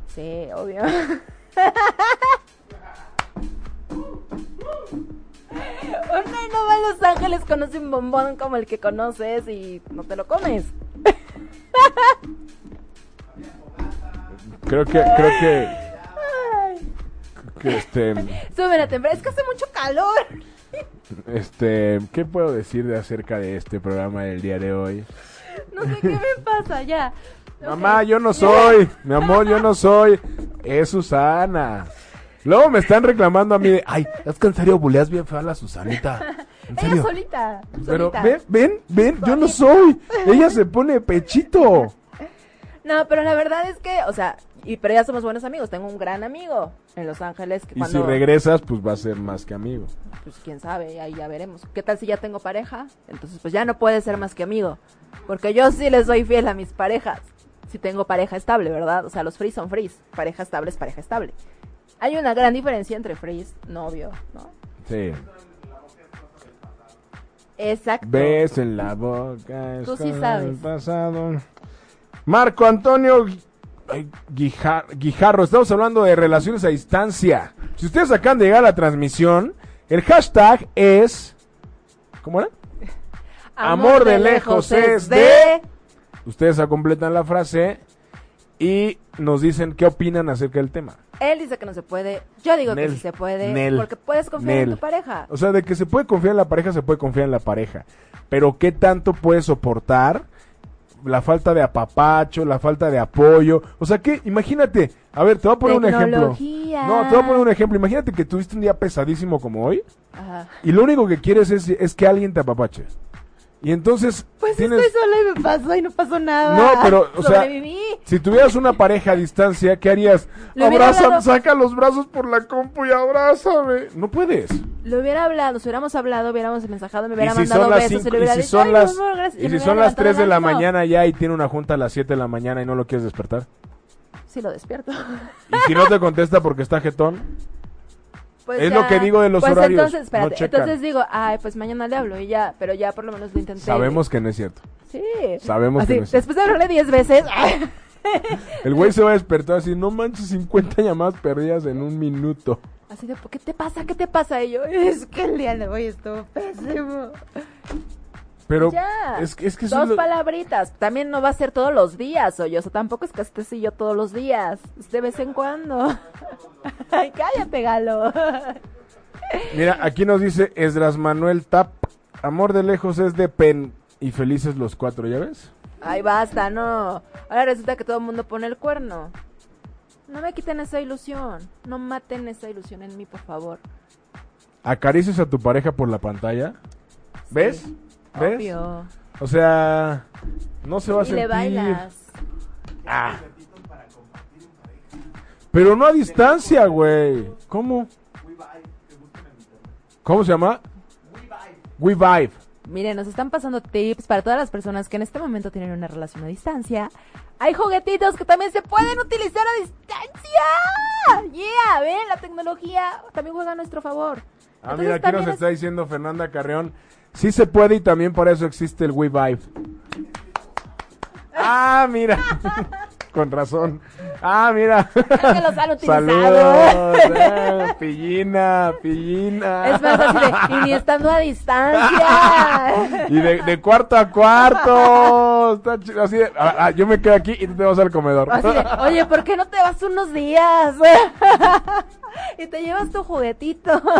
Speaker 3: Sí, obvio. Una no va a Los Ángeles, conoce un bombón como el que conoces y no te lo comes.
Speaker 2: Creo que, creo que,
Speaker 3: Ay,
Speaker 2: que, este,
Speaker 3: Sube la temperatura, es que hace mucho calor.
Speaker 2: este, ¿qué puedo decir de acerca de este programa del día de hoy?
Speaker 3: No sé qué me pasa, ya.
Speaker 2: Mamá,
Speaker 3: Ok.
Speaker 2: yo no soy, mi amor, yo no soy, es Susana. Luego me están reclamando a mí de, ay, es que en serio buleas bien fea a la Susanita. En
Speaker 3: Ella
Speaker 2: serio.
Speaker 3: solita.
Speaker 2: Pero
Speaker 3: solita.
Speaker 2: ven, ven, ven, yo no soy. Ella se pone pechito.
Speaker 3: No, pero la verdad es que, o sea, y pero ya somos buenos amigos. Tengo un gran amigo en Los Ángeles que
Speaker 2: Y
Speaker 3: cuando
Speaker 2: si regresas, pues va a ser más que amigo.
Speaker 3: pues quién sabe, ahí ya veremos. ¿Qué tal si ya tengo pareja? Entonces, pues ya no puede ser más que amigo, porque yo sí les soy fiel a mis parejas. Si tengo pareja estable, ¿verdad? O sea, los frees son frees. Pareja estable es pareja estable. Hay una gran diferencia entre frees, novio, ¿no?
Speaker 2: Sí.
Speaker 3: Exacto.
Speaker 2: Ves en la boca. es
Speaker 3: Tú sí
Speaker 2: como el
Speaker 3: sabes.
Speaker 2: pasado. Marco Antonio Gui- ay, Guija- Guijarro, estamos hablando de relaciones a distancia. Si ustedes acaban de llegar a la transmisión, el hashtag es. ¿Cómo era? amor de lejos es de- Ustedes completan la frase y nos dicen qué opinan acerca del tema.
Speaker 3: Él dice que no se puede. Yo digo
Speaker 2: Nel,
Speaker 3: que sí se puede.
Speaker 2: Nel,
Speaker 3: porque puedes confiar en
Speaker 2: Nel.
Speaker 3: tu pareja.
Speaker 2: O sea, de que se puede confiar en la pareja, se puede confiar en la pareja. Pero qué tanto puede soportar la falta de apapacho, la falta de apoyo. O sea, que imagínate, a ver, te voy a poner un
Speaker 3: Tecnología.
Speaker 2: ejemplo. No, te voy a poner un ejemplo. Imagínate que tuviste un día pesadísimo como hoy
Speaker 3: Ajá.
Speaker 2: y lo único que quieres es, es que alguien te apapache. Y entonces
Speaker 5: Pues
Speaker 2: tienes
Speaker 5: estoy sola y me pasó y no pasó nada.
Speaker 2: No, pero o sea,
Speaker 3: Sobreviví.
Speaker 2: si tuvieras una pareja a distancia, ¿qué harías?
Speaker 3: Le hubiera
Speaker 2: Abrázame,
Speaker 3: dado-
Speaker 2: saca los brazos por la compu y abrázame. No puedes.
Speaker 3: lo hubiera hablado, nos hubiéramos hablado, hubiéramos mensajado, me
Speaker 2: Y
Speaker 3: hubiera
Speaker 2: si son
Speaker 3: mandado
Speaker 2: las
Speaker 3: besos,
Speaker 2: cinco-
Speaker 3: se le hubiera
Speaker 2: y si
Speaker 3: dicho,
Speaker 2: son
Speaker 3: "Ay, mi
Speaker 2: las-
Speaker 3: amor, gracias",
Speaker 2: y si
Speaker 3: me
Speaker 2: son
Speaker 3: hubiera
Speaker 2: las 3 de la
Speaker 3: levantado la mano.
Speaker 2: mañana ya y tiene una junta a las 7 de la mañana y no lo quieres despertar.
Speaker 3: Sí, lo despierto.
Speaker 2: Y si no te contesta porque está jetón,
Speaker 3: Pues
Speaker 2: Es lo que digo de los
Speaker 3: pues
Speaker 2: horarios,
Speaker 3: Entonces,
Speaker 2: no
Speaker 3: espérate,
Speaker 2: checan.
Speaker 3: entonces digo, ay, pues mañana le hablo y ya, pero ya por lo menos lo intenté.
Speaker 2: sabemos que no es cierto.
Speaker 3: Sí.
Speaker 2: sabemos
Speaker 3: Así,
Speaker 2: que no es-
Speaker 3: Después de hablarle 10 veces,
Speaker 2: El güey se va a despertar así, no manches, 50 llamadas perdidas en un minuto.
Speaker 3: así de, ¿qué te pasa? ¿Qué te pasa? Y yo, es que el día de hoy estuvo pésimo.
Speaker 2: Pero
Speaker 3: Ya.
Speaker 2: es que es que eso
Speaker 3: Dos
Speaker 2: es lo-
Speaker 3: palabritas. También no va a ser todos los días, oye. O sea, tampoco es que estés y yo todos los días. Es de vez en cuando. Ay, cállate, Galo.
Speaker 2: Mira, aquí nos dice Esdras Manuel Tap, amor de lejos es de pen y felices los cuatro, ¿ya ves?
Speaker 3: Ay, basta, no. Ahora resulta que todo el mundo pone el cuerno. No me quiten esa ilusión. No maten esa ilusión en mí, por favor.
Speaker 2: Acaricias a tu pareja por la pantalla. ¿Ves? ¿Ves?
Speaker 3: Obvio.
Speaker 2: O sea, no se va a
Speaker 3: Y le
Speaker 2: sentir.
Speaker 3: bailas.
Speaker 2: Ah. Pero no a distancia, güey. ¿Cómo? ¿Cómo se llama? WeVibe.
Speaker 3: Miren, nos están pasando tips para todas las personas que en este momento tienen una relación a distancia. Hay juguetitos que también se pueden utilizar a distancia. Yeah, ven, la tecnología también juega a nuestro favor.
Speaker 2: Ah,
Speaker 3: Entonces,
Speaker 2: mira, aquí
Speaker 3: también
Speaker 2: nos
Speaker 3: es-
Speaker 2: está diciendo Fernanda Carreón. Sí se puede y también para eso existe el WeVibe. Ah, mira. Con razón. Ah, mira.
Speaker 3: Creo que los han utilizado.
Speaker 2: Saludos. eh, pillina, pillina.
Speaker 3: Es más así de, y ni estando a distancia.
Speaker 2: Y de, de cuarto a cuarto. Está chido. Así de, ah, ah, yo me quedo aquí y tú te vas al comedor.
Speaker 3: Así de, oye, ¿por qué no te vas unos días? y te llevas tu juguetito.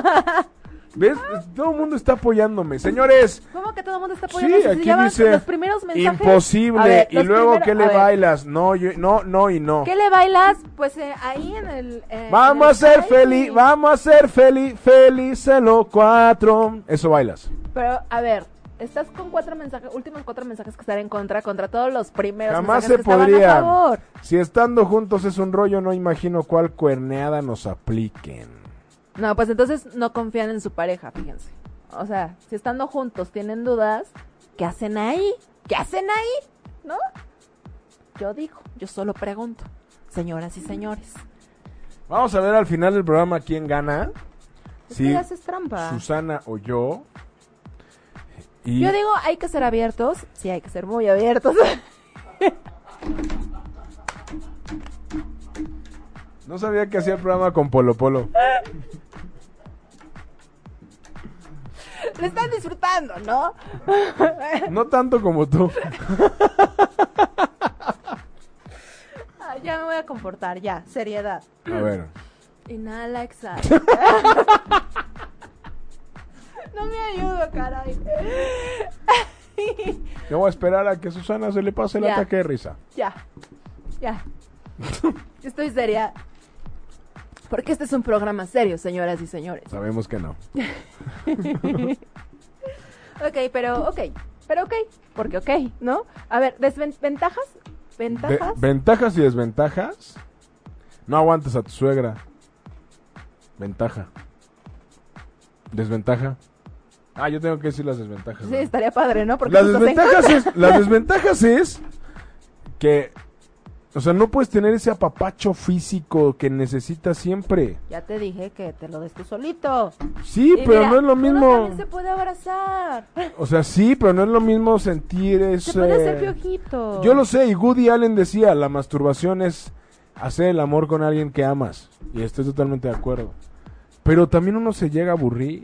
Speaker 2: ¿Ves? Todo el mundo está apoyándome. Señores,
Speaker 3: ¿Cómo que todo el mundo está apoyando?
Speaker 2: sí,
Speaker 3: Si
Speaker 2: aquí
Speaker 3: ya van
Speaker 2: dice
Speaker 3: pues, Los primeros mensajes.
Speaker 2: imposible.
Speaker 3: A ver,
Speaker 2: y
Speaker 3: los
Speaker 2: luego,
Speaker 3: primeros-
Speaker 2: ¿qué
Speaker 3: a
Speaker 2: le
Speaker 3: ver,
Speaker 2: bailas? No, yo, no, no y no.
Speaker 3: ¿Qué le bailas? Pues eh, ahí en el. eh,
Speaker 2: Vamos
Speaker 3: en
Speaker 2: a
Speaker 3: el
Speaker 2: ser
Speaker 3: Ay,
Speaker 2: feliz, vamos a ser feliz, feliz en los cuatro. Eso bailas.
Speaker 3: Pero, a ver, estás con cuatro mensajes, últimos cuatro mensajes que están en contra, contra todos los primeros
Speaker 2: Jamás se
Speaker 3: mensajes que estaban
Speaker 2: podría.
Speaker 3: a favor.
Speaker 2: Si estando juntos es un rollo, no imagino cuál cuerneada nos apliquen.
Speaker 3: No, pues entonces no confían en su pareja, fíjense. O sea, si estando juntos tienen dudas, ¿qué hacen ahí? ¿Qué hacen ahí? ¿No? Yo digo, yo solo pregunto, señoras y señores.
Speaker 2: Vamos a ver al final del programa quién gana.
Speaker 5: Es
Speaker 2: Sí.
Speaker 5: que haces trampa.
Speaker 2: Susana o yo. Y
Speaker 3: Yo digo, hay que ser abiertos. Sí, hay que ser muy abiertos.
Speaker 2: no sabía que hacía el programa con Polo Polo.
Speaker 3: Lo están disfrutando, ¿no?
Speaker 2: No tanto como tú.
Speaker 3: Ay, Ah, ya me voy a comportar, ya, seriedad.
Speaker 2: A ver.
Speaker 3: Inhala, exhala. no me ayudo, caray.
Speaker 2: Yo voy a esperar a que Susana se le pase el
Speaker 3: Ya.
Speaker 2: ataque de risa.
Speaker 3: ya, ya. Estoy seria. Porque este es un programa serio, señoras y señores.
Speaker 2: Sabemos que no.
Speaker 3: Ok, pero ok, pero ok, porque ok, ¿no? A ver, desventajas,
Speaker 2: De-
Speaker 3: ventajas.
Speaker 2: ventajas y desventajas. No aguantes a tu suegra. Ventaja. Desventaja. Ah, yo tengo que decir las desventajas.
Speaker 3: Sí,
Speaker 2: ¿no?
Speaker 3: estaría padre, ¿no? Porque
Speaker 2: Las
Speaker 3: tú estás en
Speaker 2: desventajas,
Speaker 3: contra.
Speaker 2: es, las desventajas es que, o sea, no puedes tener ese apapacho físico que necesitas siempre.
Speaker 3: Ya te dije que te lo des tú solito.
Speaker 2: Sí,
Speaker 3: Y
Speaker 2: pero
Speaker 3: mira,
Speaker 2: no es lo
Speaker 3: uno
Speaker 2: mismo.
Speaker 3: también se puede abrazar.
Speaker 2: O sea, sí, pero no es lo mismo sentir ese...
Speaker 5: Se puede hacer piojito.
Speaker 2: Yo lo sé, y Woody Allen decía, la masturbación es hacer el amor con alguien que amas. Y estoy totalmente de acuerdo. Pero también uno se llega a aburrir.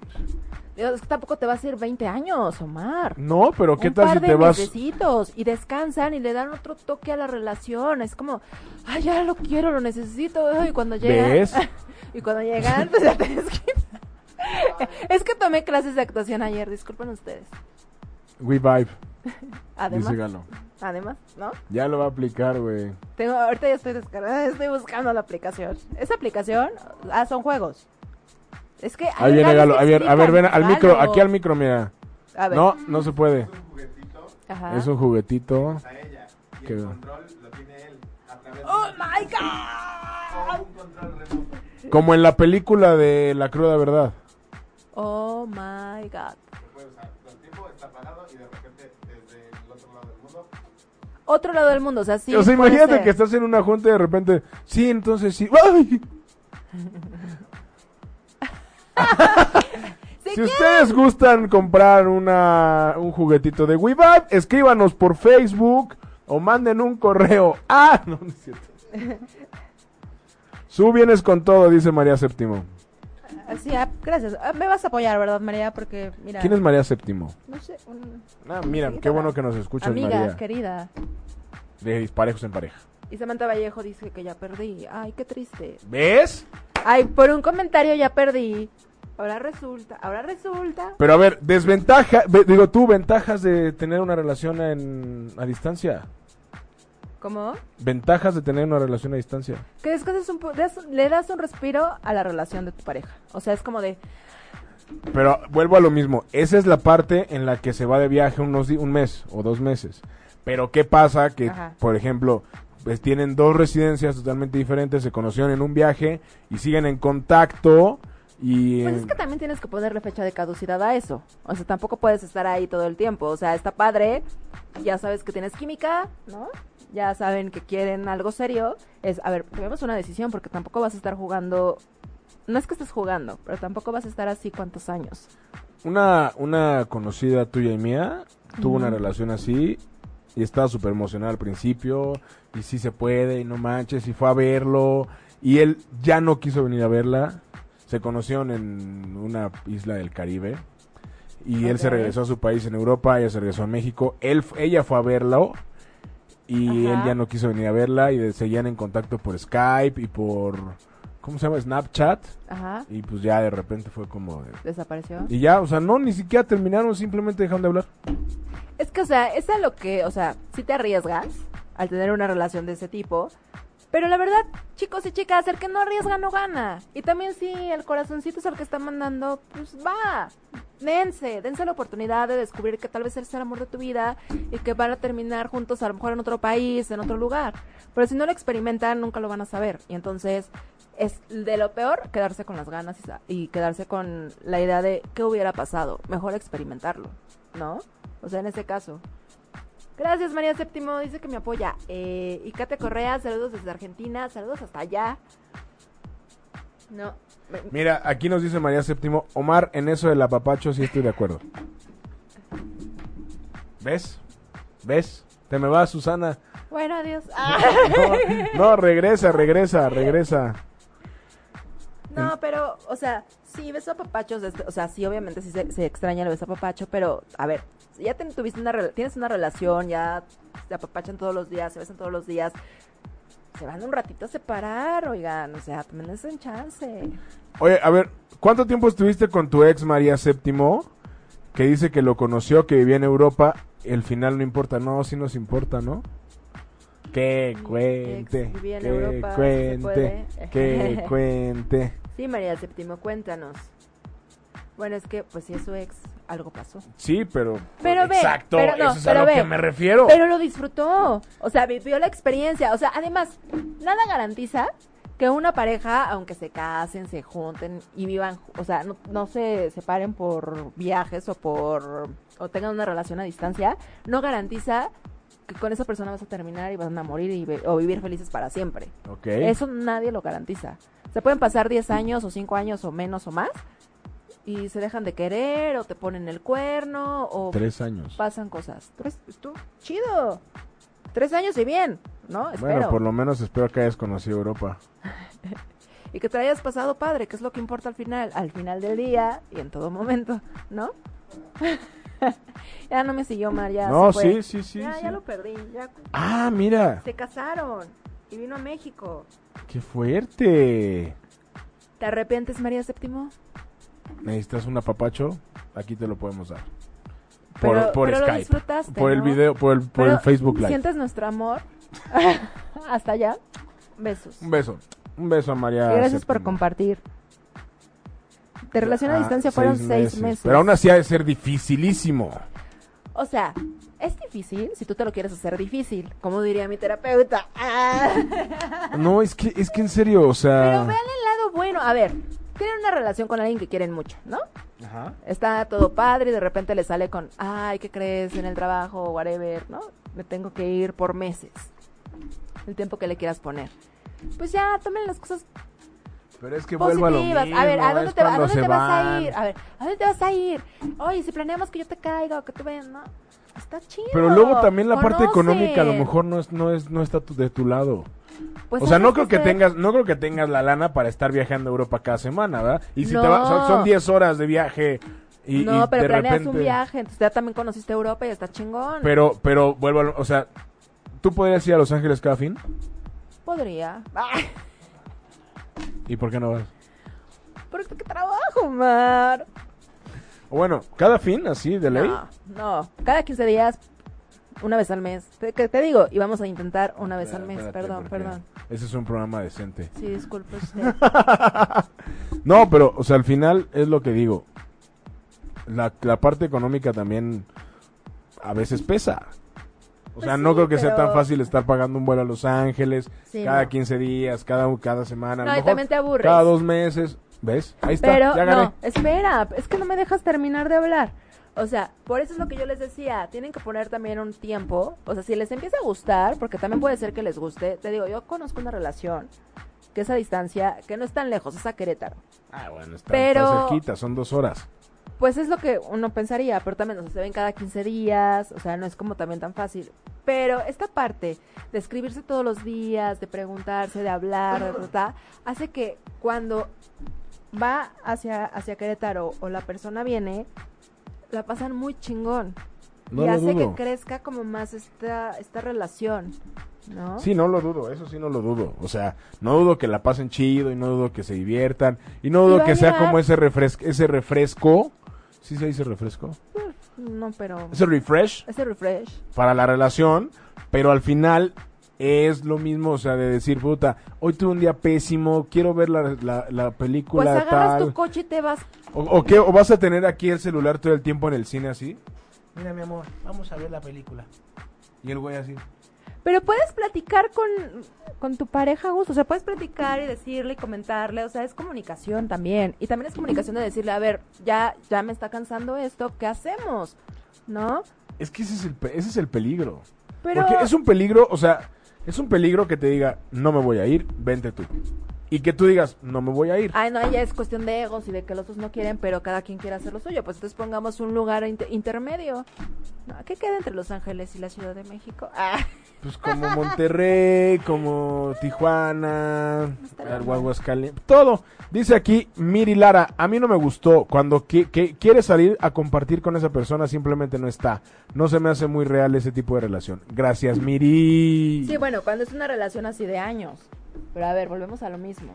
Speaker 3: Digo, Es que tampoco te vas a ir 20 años, Omar.
Speaker 2: No, pero ¿qué
Speaker 3: un
Speaker 2: tal
Speaker 3: par
Speaker 2: si
Speaker 3: de
Speaker 2: te vas...
Speaker 3: mesecitos y descansan y le dan otro toque a la relación. Es como, ay, ya lo quiero, lo necesito. ay, Y cuando llegan,
Speaker 2: ¿Ves?
Speaker 3: y cuando llegan, pues ya te desquitas. Es que tomé clases de actuación ayer, disculpen ustedes.
Speaker 2: We vibe,
Speaker 3: Además,
Speaker 2: dice Galo.
Speaker 3: además, ¿no?
Speaker 2: Ya lo va a aplicar, güey.
Speaker 3: Tengo, ahorita ya estoy descargada, estoy buscando la aplicación. Esa aplicación, ah, son juegos. Es que
Speaker 2: Ahí viene Galo.
Speaker 3: Galo,
Speaker 2: A ver, a ver, ven al micro, aquí al micro, mira.
Speaker 3: A ver. Ah.
Speaker 2: No, no se puede.
Speaker 3: Ajá.
Speaker 2: Es un juguetito.
Speaker 4: a ella. Y
Speaker 2: Qué
Speaker 4: el
Speaker 2: bueno.
Speaker 4: control lo tiene él a través
Speaker 3: ¡Oh,
Speaker 4: de
Speaker 3: my God!
Speaker 4: un control remoto.
Speaker 2: Como en la película de La Cruda Verdad.
Speaker 3: Oh my god.
Speaker 4: puedes usar. Todo el tiempo está apagado y de repente desde el otro lado del mundo.
Speaker 3: Otro lado del mundo, o sea, sí.
Speaker 2: o sea,
Speaker 3: puede
Speaker 2: imagínate
Speaker 3: ser.
Speaker 2: que estás en una junta y de repente, sí, entonces sí. ¡Ay!
Speaker 3: ¿Se
Speaker 2: Si ustedes gustan comprar una, un juguetito de WeBad, escríbanos por Facebook o manden un correo. Ah, no, no es cierto. Su vienes con todo, dice María Séptimo.
Speaker 5: Así, ah, gracias. Ah, me vas a apoyar, ¿verdad, María? Porque, mira.
Speaker 2: ¿Quién es María Séptimo?
Speaker 5: No sé. un-
Speaker 2: Ah, mira, qué bueno que nos escuchas,
Speaker 3: Amiga,
Speaker 2: María.
Speaker 3: querida.
Speaker 2: De parejos en pareja.
Speaker 3: Y Samantha Vallejo dice que ya perdí. Ay, qué triste.
Speaker 2: ¿Ves?
Speaker 3: Ay, por un comentario ya perdí. Ahora resulta, ahora resulta.
Speaker 2: Pero a ver, desventaja, ve- digo tú, ventajas de tener una relación en, a distancia.
Speaker 5: ¿Cómo?
Speaker 2: Ventajas de tener una relación a distancia.
Speaker 3: Que descansas un po- das- le das un respiro a la relación de tu pareja. O sea, es como de,
Speaker 2: Pero vuelvo a lo mismo, esa es la parte en la que se va de viaje unos di- un mes o dos meses. Pero ¿qué pasa? Que,
Speaker 5: Ajá.
Speaker 2: por ejemplo, pues tienen dos residencias totalmente diferentes, se conocieron en un viaje y siguen en contacto y...
Speaker 3: Pues es que también tienes que ponerle fecha de caducidad a eso. O sea, tampoco puedes estar ahí todo el tiempo. O sea, está padre, ya sabes que tienes química, ¿no? Ya saben que quieren algo serio. Es, a ver, tomemos una decisión porque tampoco vas a estar jugando... No es que estés jugando, pero tampoco vas a estar así cuántos años.
Speaker 2: Una, una conocida tuya y mía tuvo una relación así y estaba súper emocionada al principio y sí se puede y no manches y fue a verlo y él ya no quiso venir a verla. Se conocieron en una isla del Caribe y él se
Speaker 3: Ok.
Speaker 2: regresó a su país en Europa, ella se regresó a México, él, f- ella fue a verlo y
Speaker 3: Ajá.
Speaker 2: él ya no quiso venir a verla y seguían en contacto por Skype y por, ¿cómo se llama? Snapchat
Speaker 3: Ajá.
Speaker 2: y pues ya de repente fue como... de,
Speaker 3: Desapareció.
Speaker 2: y ya, o sea, no, ni siquiera terminaron, simplemente dejaron de hablar.
Speaker 3: Es que, o sea, es a lo que, o sea, si te arriesgas al tener una relación de ese tipo. Pero la verdad, chicos y chicas, el que no arriesga no gana. Y también si el corazoncito es el que está mandando, pues va. Dense, dense la oportunidad de descubrir que tal vez él sea el amor de tu vida y que van a terminar juntos a lo mejor en otro país, en otro lugar. Pero si no lo experimentan, nunca lo van a saber. Y entonces es de lo peor quedarse con las ganas y, sa- y quedarse con la idea de qué hubiera pasado. Mejor experimentarlo, ¿no? O sea, en ese caso. Gracias, María Séptimo. Dice que me apoya. Eh, y Kate Correa, saludos desde Argentina. Saludos hasta allá.
Speaker 5: No.
Speaker 2: Mira, aquí nos dice María Séptimo, Omar, en eso del apapacho sí estoy de acuerdo. ¿Ves? ¿Ves? Te me vas, Susana.
Speaker 3: Bueno, adiós. Ah.
Speaker 2: No, no, regresa, regresa, regresa.
Speaker 3: No, pero, o sea, sí, beso a papachos. este, o sea, sí, obviamente sí se, se extraña el beso a papacho, pero, a ver, si ya ten- tuviste una, rela- tienes una relación, ya se apapachan todos los días, se besan todos los días. Se van un ratito a separar, oigan. O sea, también es un chance.
Speaker 2: Oye, a ver, ¿cuánto tiempo estuviste con tu ex María Séptimo? Que dice que lo conoció, que vivía en Europa. El final no importa, no, sí nos importa, ¿no? Que
Speaker 3: Mi
Speaker 2: cuente,
Speaker 3: ex vivía en
Speaker 2: que
Speaker 3: Europa, se
Speaker 2: cuente,
Speaker 3: puede.
Speaker 2: que cuente.
Speaker 3: Sí, María Séptimo, cuéntanos. Bueno, es que, pues si es su ex, algo pasó.
Speaker 2: Sí, pero.
Speaker 3: Pero ve,
Speaker 2: exacto,
Speaker 3: pero no,
Speaker 2: eso es
Speaker 3: pero
Speaker 2: a lo
Speaker 3: ve.
Speaker 2: que me refiero.
Speaker 3: Pero lo disfrutó. O sea, vivió la experiencia. O sea, además, nada garantiza que una pareja, aunque se casen, se junten y vivan, ju- o sea, no, no se separen por viajes o por. o tengan una relación a distancia, no garantiza que con esa persona vas a terminar y van a morir y ve- o vivir felices para siempre.
Speaker 2: Ok.
Speaker 3: Eso nadie lo garantiza. Se pueden pasar 10 años o 5 años o menos o más y se dejan de querer o te ponen el cuerno o
Speaker 2: Tres años.
Speaker 3: pasan cosas. Tres, tú, chido. Tres años y bien, ¿no? Espero.
Speaker 2: Bueno, por lo menos espero que hayas conocido Europa.
Speaker 3: Y que te la hayas pasado padre, que es lo que importa al final, al final del día y en todo momento, ¿no? ya no me siguió Mar, ya.
Speaker 2: no,
Speaker 3: se
Speaker 2: sí,
Speaker 3: fue.
Speaker 2: sí, sí.
Speaker 3: Ya,
Speaker 2: sí.
Speaker 3: ya lo perdí. Ya
Speaker 2: Ah, mira,
Speaker 3: se casaron y vino a México.
Speaker 2: qué fuerte.
Speaker 3: ¿Te arrepientes, María Séptimo?
Speaker 2: ¿Necesitas un apapacho? Aquí te lo podemos dar. Por,
Speaker 3: Pero-
Speaker 2: por
Speaker 3: pero lo
Speaker 2: Skype.
Speaker 3: disfrutaste,
Speaker 2: por el
Speaker 3: ¿no?
Speaker 2: video, por el, por
Speaker 3: Pero,
Speaker 2: el Facebook Live.
Speaker 3: ¿Sientes nuestro amor? Hasta allá. Besos.
Speaker 2: Un beso. Un beso a María.
Speaker 3: Y gracias por
Speaker 2: Séptimo.
Speaker 3: compartir. De relación a
Speaker 2: Ah,
Speaker 3: distancia fueron seis meses.
Speaker 2: Pero aún así ha de ser dificilísimo.
Speaker 3: O sea, es difícil si tú te lo quieres hacer difícil, como diría mi terapeuta. Ah.
Speaker 2: No, es que, es que en serio, o sea.
Speaker 3: Pero vean el lado bueno. A ver, tienen una relación con alguien que quieren mucho, ¿no?
Speaker 2: Ajá.
Speaker 3: Está todo padre y de repente le sale con, ay, ¿qué crees en el trabajo? Whatever, ¿no? Me tengo que ir por meses. El tiempo que le quieras poner. Pues ya, tomen las cosas
Speaker 2: Pero es que vuelvo a lo mismo.
Speaker 3: positivas. A, ver, ¿a dónde,
Speaker 2: es
Speaker 3: te, va- a
Speaker 2: cuando
Speaker 3: dónde
Speaker 2: se
Speaker 3: te vas a
Speaker 2: van.
Speaker 3: ir? A ver, ¿a dónde te vas a ir? Oye, si planeamos que yo te caiga o que tú vayas, ¿no? Está chido.
Speaker 2: Pero luego también la parte económica a lo
Speaker 3: conocen.
Speaker 2: mejor no es no es no está tu- de tu lado.
Speaker 3: Pues
Speaker 2: o sea,
Speaker 3: hay
Speaker 2: no creo que
Speaker 3: hacer-
Speaker 2: tengas no creo que tengas la lana para estar viajando a Europa cada semana, ¿verdad? Y si te va- son,
Speaker 3: No.
Speaker 2: son 10 horas de viaje y
Speaker 3: no,
Speaker 2: y
Speaker 3: pero
Speaker 2: de
Speaker 3: planeas
Speaker 2: repente,
Speaker 3: un viaje, entonces ya también conociste Europa y está chingón.
Speaker 2: Pero pero vuelvo a lo- o sea, tú podrías ir a Los Ángeles cada fin
Speaker 3: Podría. Ah,
Speaker 2: y por qué no vas?
Speaker 3: pero qué trabajo, Mar.
Speaker 2: O bueno, cada fin así de ley.
Speaker 3: No, no. Cada 15 días, una vez al mes. Te, que te digo, y vamos a intentar una vez al mes.
Speaker 2: Espérate,
Speaker 3: perdón,
Speaker 2: porque
Speaker 3: perdón.
Speaker 2: Ese es un programa decente.
Speaker 3: Sí, disculpe usted.
Speaker 2: No, pero, o sea, al final es lo que digo. La, la parte económica también a veces pesa. O
Speaker 3: Pues
Speaker 2: sea, no
Speaker 3: sí,
Speaker 2: creo que sea
Speaker 3: pero-
Speaker 2: tan fácil estar pagando un vuelo a Los Ángeles
Speaker 3: Sí,
Speaker 2: cada
Speaker 3: no.
Speaker 2: 15 días, cada, cada semana. a lo
Speaker 3: No, y
Speaker 2: mejor
Speaker 3: también te aburres.
Speaker 2: Cada dos meses. ¿Ves? Ahí está.
Speaker 3: Pero
Speaker 2: ya gané.
Speaker 3: no, espera, es que no me dejas terminar de hablar. O sea, por eso es lo que yo les decía, tienen que poner también un tiempo. O sea, si les empieza a gustar, porque también puede ser que les guste, te digo, yo conozco una relación que es a distancia, que no es tan lejos, es a Querétaro.
Speaker 2: Ah, bueno, está,
Speaker 3: pero-
Speaker 2: está cerquita, son dos horas.
Speaker 3: Pues es lo que uno pensaría, pero también o sea, se ven cada 15 días, o sea, no es como también tan fácil. Pero esta parte de escribirse todos los días, de preguntarse, de hablar, de tratar, hace que cuando va hacia, hacia Querétaro o la persona viene, la pasan muy chingón.
Speaker 2: No
Speaker 3: y
Speaker 2: lo
Speaker 3: hace
Speaker 2: dudo.
Speaker 3: que crezca como más esta, esta relación, ¿no?
Speaker 2: Sí, no lo dudo, eso sí no lo dudo. O sea, no dudo que la pasen chido y no dudo que se diviertan y no
Speaker 3: Y
Speaker 2: dudo
Speaker 3: va
Speaker 2: que
Speaker 3: a
Speaker 2: sea
Speaker 3: llegar-
Speaker 2: como ese refresco, ese refresco. ¿Sí se dice refresco?
Speaker 3: No, pero
Speaker 2: Ese refresh
Speaker 3: ese refresh.
Speaker 2: para la relación, pero al final es lo mismo, o sea, de decir, puta, hoy tuve un día pésimo, quiero ver la, la- la
Speaker 3: Pues
Speaker 2: película
Speaker 3: agarras
Speaker 2: tal.
Speaker 3: tu coche y te vas.
Speaker 2: O, o qué, o vas a tener aquí el celular todo el tiempo en el cine así.
Speaker 6: Mira, mi amor, vamos a ver la película.
Speaker 2: Y el güey así.
Speaker 3: Pero puedes platicar con, con tu pareja a gusto. O sea, puedes platicar y decirle y comentarle. O sea, es comunicación también. Y también es comunicación de decirle, a ver, ya, ya me está cansando esto, ¿qué hacemos? ¿No?
Speaker 2: Es que ese es el, pe- ese es el peligro.
Speaker 3: Pero
Speaker 2: Porque es un peligro, o sea, es un peligro que te diga, no me voy a ir, vente tú. Y que tú digas, no me voy a ir.
Speaker 3: Ay, no, ya es cuestión de egos y de que los dos no quieren, pero cada quien quiere hacer lo suyo. Pues entonces pongamos un lugar inter- intermedio. No, ¿Qué queda entre Los Ángeles y la Ciudad de México? Ah,
Speaker 2: Pues como Monterrey, como Tijuana,
Speaker 3: estaría
Speaker 2: algo- Aguascalientes, todo. Dice aquí, Miri Lara, a mí no me gustó. Cuando qui- que quiere salir a compartir con esa persona, simplemente no está. No se me hace muy real ese tipo de relación. Gracias, Miri.
Speaker 3: Sí, bueno, cuando es una relación así de años. Pero a ver, volvemos a lo mismo.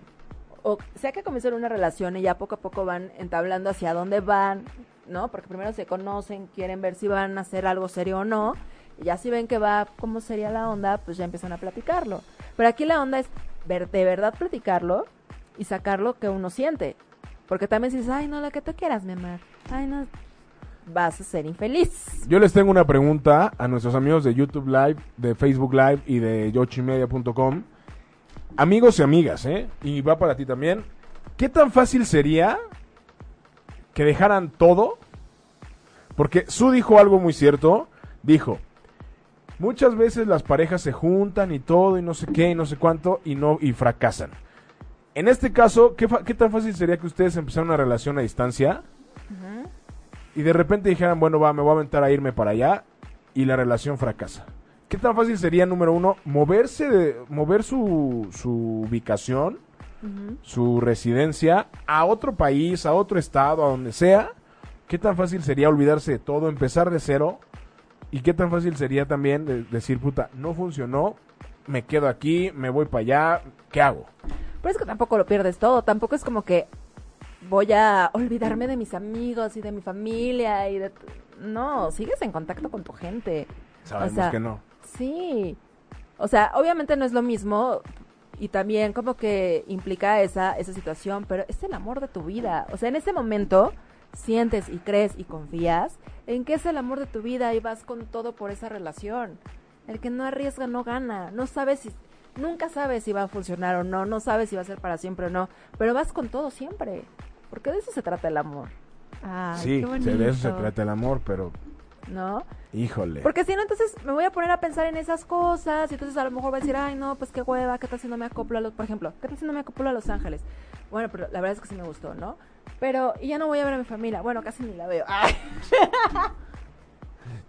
Speaker 3: O sea que comenzaron una relación y ya poco a poco van entablando hacia dónde van, ¿no? Porque primero se conocen, quieren ver si van a hacer algo serio o no. Y ya si ven que va, cómo sería la onda, pues ya empiezan a platicarlo. Pero aquí la onda es ver, de verdad platicarlo y sacar lo que uno siente. Porque también si dices, ay, no, la que tú quieras, mi amor. Ay, no. Vas a ser infeliz.
Speaker 2: Yo les tengo una pregunta a nuestros amigos de YouTube Live, de Facebook Live y de yochimedia.com. Amigos y amigas, ¿eh? Y va para ti también. ¿Qué tan fácil sería que dejaran todo? Porque Su dijo algo muy cierto. Dijo, muchas veces las parejas se juntan y todo y no sé qué y no sé cuánto y no y fracasan. En este caso, ¿qué, fa- qué tan fácil sería que ustedes empezaran una relación a distancia? y de repente dijeran, bueno, va, me voy a aventar a irme para allá y la relación fracasa. ¿Qué tan fácil sería, número uno, moverse de, mover su, su ubicación, su residencia a otro país, a otro estado, a donde sea? ¿Qué tan fácil sería olvidarse de todo, empezar de cero? ¿Y qué tan fácil sería también de- decir, puta, no funcionó, me quedo aquí, me voy para allá, ¿qué hago?
Speaker 3: Pero es que tampoco lo pierdes todo, tampoco es como que voy a olvidarme de mis amigos y de mi familia y de... t- No, sigues en contacto con tu gente.
Speaker 2: Sabemos
Speaker 3: o sea,
Speaker 2: que no.
Speaker 3: Sí. O sea, obviamente no es lo mismo y también como que implica esa, esa situación, pero es el amor de tu vida. O sea, en ese momento sientes y crees y confías en que es el amor de tu vida y vas con todo por esa relación. El que no arriesga no gana. No sabes si... Nunca sabes si va a funcionar o no, no sabes si va a ser para siempre o no, pero vas con todo siempre. Porque de eso se trata el amor. Ay,
Speaker 2: sí,
Speaker 3: qué
Speaker 2: se- de eso se
Speaker 3: bonito.
Speaker 2: trata el amor, pero
Speaker 3: ¿No?
Speaker 2: híjole.
Speaker 3: Porque si no, entonces me voy a poner a pensar en esas cosas. Y entonces a lo mejor va a decir, ay, no, pues qué hueva, qué tal si no me acoplo a los. Por ejemplo, qué tal si no me acoplo a Los Ángeles. Bueno, pero la verdad es que sí me gustó, ¿no? Pero, y ya no voy a ver a mi familia. Bueno, casi ni la veo. Ay,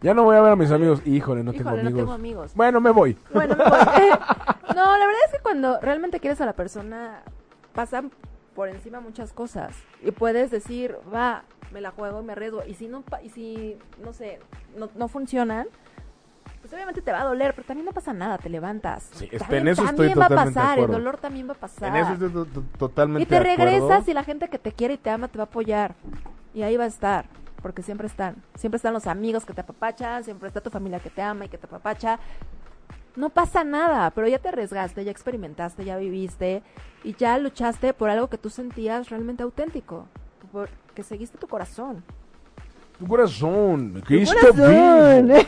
Speaker 2: Ya no voy a ver a mis amigos. Híjole, no tengo
Speaker 3: híjole, no
Speaker 2: amigos.
Speaker 3: tengo amigos.
Speaker 2: Bueno, me voy.
Speaker 3: Bueno, me voy. no, la verdad es que cuando realmente quieres a la persona, pasan por encima muchas cosas. Y puedes decir, va, me la juego y me arriesgo. Y si no, pa- y si, no sé, no, no funcionan, pues obviamente te va a doler, pero también no pasa nada, te levantas.
Speaker 2: Sí,
Speaker 3: También-
Speaker 2: este, en eso estoy
Speaker 3: también va a
Speaker 2: totalmente de
Speaker 3: pasar, el
Speaker 2: acuerdo.
Speaker 3: dolor también va a pasar.
Speaker 2: En eso estoy to- to-
Speaker 3: y
Speaker 2: totalmente
Speaker 3: te
Speaker 2: de acuerdo.
Speaker 3: regresas y la gente que te quiere y te ama te va a apoyar. Y ahí va a estar, porque siempre están. Siempre están los amigos que te apapachan, siempre está tu familia que te ama y que te apapacha. No pasa nada, pero ya te arriesgaste, ya experimentaste, ya viviste y ya luchaste por algo que tú sentías realmente auténtico, por- que seguiste tu corazón.
Speaker 2: Tu corazón, Cristo
Speaker 3: corazón.
Speaker 2: vivo.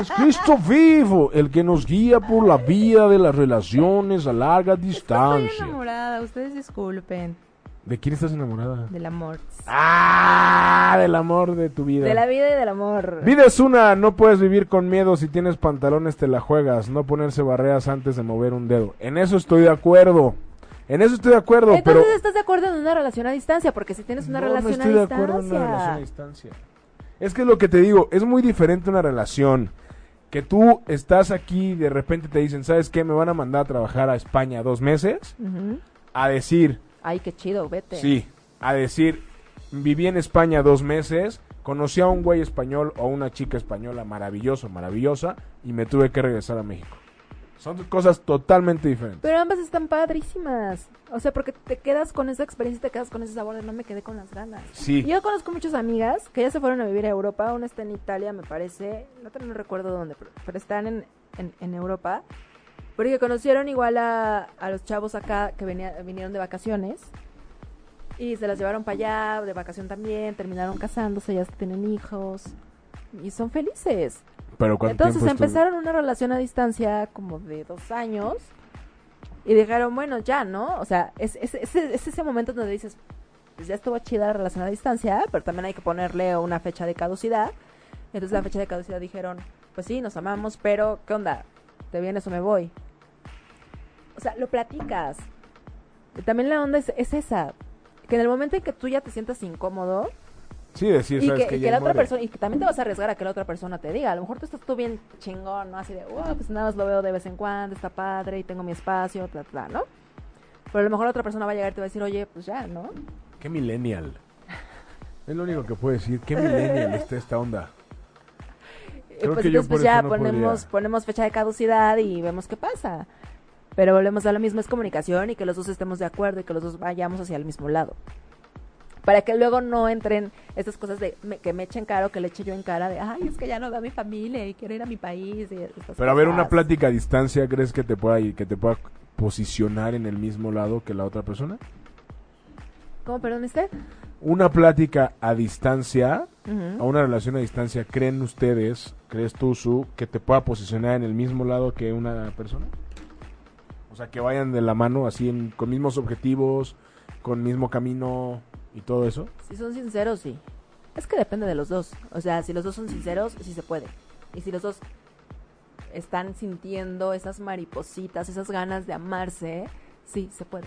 Speaker 2: Es Cristo vivo, el que nos guía por la vía de las relaciones a larga
Speaker 5: Estoy
Speaker 2: distancia.
Speaker 5: enamorada, ustedes disculpen
Speaker 2: ¿De quién estás enamorada?
Speaker 5: del amor.
Speaker 2: Ah, del amor de tu vida.
Speaker 3: De la vida y del amor.
Speaker 2: Vida es una, no puedes vivir con miedo si tienes pantalones te la juegas, no ponerse barreras antes de mover un dedo. En eso estoy de acuerdo. En eso estoy de acuerdo,
Speaker 3: Entonces
Speaker 2: pero
Speaker 3: estás de acuerdo en una relación a distancia, porque si tienes una
Speaker 2: No, no
Speaker 3: relación
Speaker 2: estoy
Speaker 3: a
Speaker 2: de
Speaker 3: distancia.
Speaker 2: acuerdo en una relación a distancia. Es que lo que te digo, es muy diferente una relación que tú estás aquí y de repente te dicen, ¿sabes qué? Me van a mandar a trabajar a España dos meses
Speaker 3: Ujú.
Speaker 2: a decir,
Speaker 3: Ay, qué chido, vete.
Speaker 2: Sí, a decir, viví en España dos meses, conocí a un güey español o a una chica española maravilloso, maravillosa, y me tuve que regresar a México. Son cosas totalmente diferentes.
Speaker 3: Pero ambas están padrísimas. O sea, porque te quedas con esa experiencia, te quedas con ese sabor de no me quedé con las ganas.
Speaker 2: Sí.
Speaker 3: Yo conozco muchas amigas que ya se fueron a vivir a Europa. Una está en Italia, me parece. La otra no recuerdo dónde, pero, pero están en, en, en Europa. Porque conocieron igual a, a los chavos acá que venía- vinieron de vacaciones. Y se las llevaron para allá, de vacación también. Terminaron casándose, ya tienen hijos. Y son felices.
Speaker 2: Pero ¿cuánto
Speaker 3: Entonces
Speaker 2: tiempo estuvo?
Speaker 3: empezaron una relación a distancia como de dos años y dijeron, bueno, ya, ¿no? O sea, es, es- es- es ese momento donde dices, pues ya estuvo chida la relación a distancia, pero también hay que ponerle una fecha de caducidad. Entonces la fecha de caducidad dijeron, pues sí, nos amamos, pero ¿qué onda? ¿Te vienes o me voy? O sea, lo platicas. También la onda es, es esa, que en el momento en que tú ya te sientas incómodo,
Speaker 2: Sí, decir,
Speaker 3: y
Speaker 2: ¿sabes
Speaker 3: que,
Speaker 2: qué?
Speaker 3: y
Speaker 2: Ya
Speaker 3: que la otra
Speaker 2: muere.
Speaker 3: persona, y que también te vas a arriesgar a que la otra persona te diga. A lo mejor tú estás tú bien chingón, ¿no? Así de, wow, pues nada más lo veo de vez en cuando, está padre y tengo mi espacio, bla, bla, ¿no? Pero a lo mejor la otra persona va a llegar y te va a decir, oye, pues ya, ¿no?
Speaker 2: Qué millennial. Es lo único que puedo decir, qué millennial está esta onda.
Speaker 3: Eh,
Speaker 2: Creo
Speaker 3: pues
Speaker 2: que yo por
Speaker 3: entonces pues
Speaker 2: eso
Speaker 3: ya
Speaker 2: no
Speaker 3: ponemos,
Speaker 2: podría.
Speaker 3: ponemos fecha de caducidad y vemos qué pasa. Pero volvemos a lo mismo, es comunicación y que los dos estemos de acuerdo y que los dos vayamos hacia el mismo lado. Para que luego no entren estas cosas de me- que me echen cara o que le eche yo en cara de, ay, es que ya no veo a mi familia y quiero ir a mi país. Y estas
Speaker 2: Pero a ver,
Speaker 3: cosas.
Speaker 2: una plática a distancia, ¿crees que te pueda ir- que te pueda posicionar en el mismo lado que la otra persona?
Speaker 3: ¿Cómo, perdón, este? usted?
Speaker 2: Una plática a distancia
Speaker 3: Ujú.
Speaker 2: a una relación a distancia, ¿creen ustedes, crees tú, Su, que te pueda posicionar en el mismo lado que una persona? O sea, que vayan de la mano, así, en- con mismos objetivos, con mismo camino y todo eso.
Speaker 3: Si son sinceros, sí. Es que depende de los dos. O sea, si los dos son sinceros, sí se puede. Y si los dos están sintiendo esas maripositas, esas ganas de amarse, sí se puede.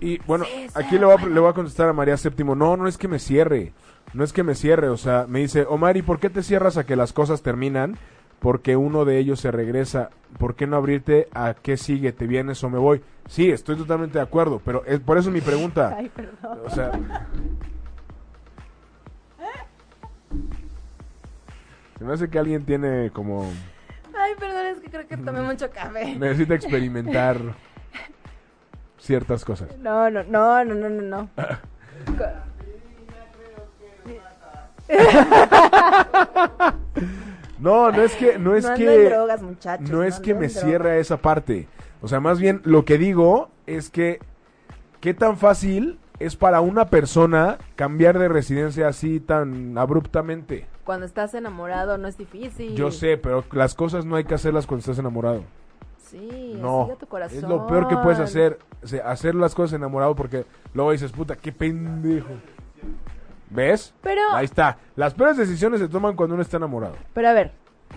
Speaker 2: Y bueno,
Speaker 3: Sí, sí,
Speaker 2: aquí le voy, a, le voy a contestar a María Séptimo, no, no es que me cierre, no es que me cierre, o sea, me dice, Omar, ¿y por qué te cierras a que las cosas terminan? Porque uno de ellos se regresa, ¿por qué no abrirte a qué sigue? ¿Te vienes o me voy? Sí, estoy totalmente de acuerdo, pero es por eso mi pregunta.
Speaker 5: Ay, perdón.
Speaker 2: O sea. Se me hace que alguien tiene como.
Speaker 5: Ay, perdón, es que creo que
Speaker 2: Mm.
Speaker 5: tomé mucho café.
Speaker 2: Necesita experimentar ciertas cosas.
Speaker 3: No, no, no, no, no, no, no.
Speaker 2: Ah, No, no es que. No es
Speaker 3: no ando en
Speaker 2: que.
Speaker 3: drogas, muchachos.
Speaker 2: No es
Speaker 3: ando
Speaker 2: que
Speaker 3: en
Speaker 2: me
Speaker 3: drogas.
Speaker 2: cierre a esa parte. O sea, más bien lo que digo es que. ¿Qué tan fácil es para una persona cambiar de residencia así tan abruptamente?
Speaker 3: Cuando estás enamorado no es difícil.
Speaker 2: Yo sé, pero las cosas no hay que hacerlas cuando estás enamorado.
Speaker 3: Sí,
Speaker 2: No,
Speaker 3: sigue tu corazón.
Speaker 2: es lo peor que puedes hacer, o sea, hacer las cosas enamorado porque luego dices, puta, qué pendejo. ¿Ves?
Speaker 3: Pero,
Speaker 2: Ahí está. Las peores decisiones se toman cuando uno está enamorado.
Speaker 3: pero a ver,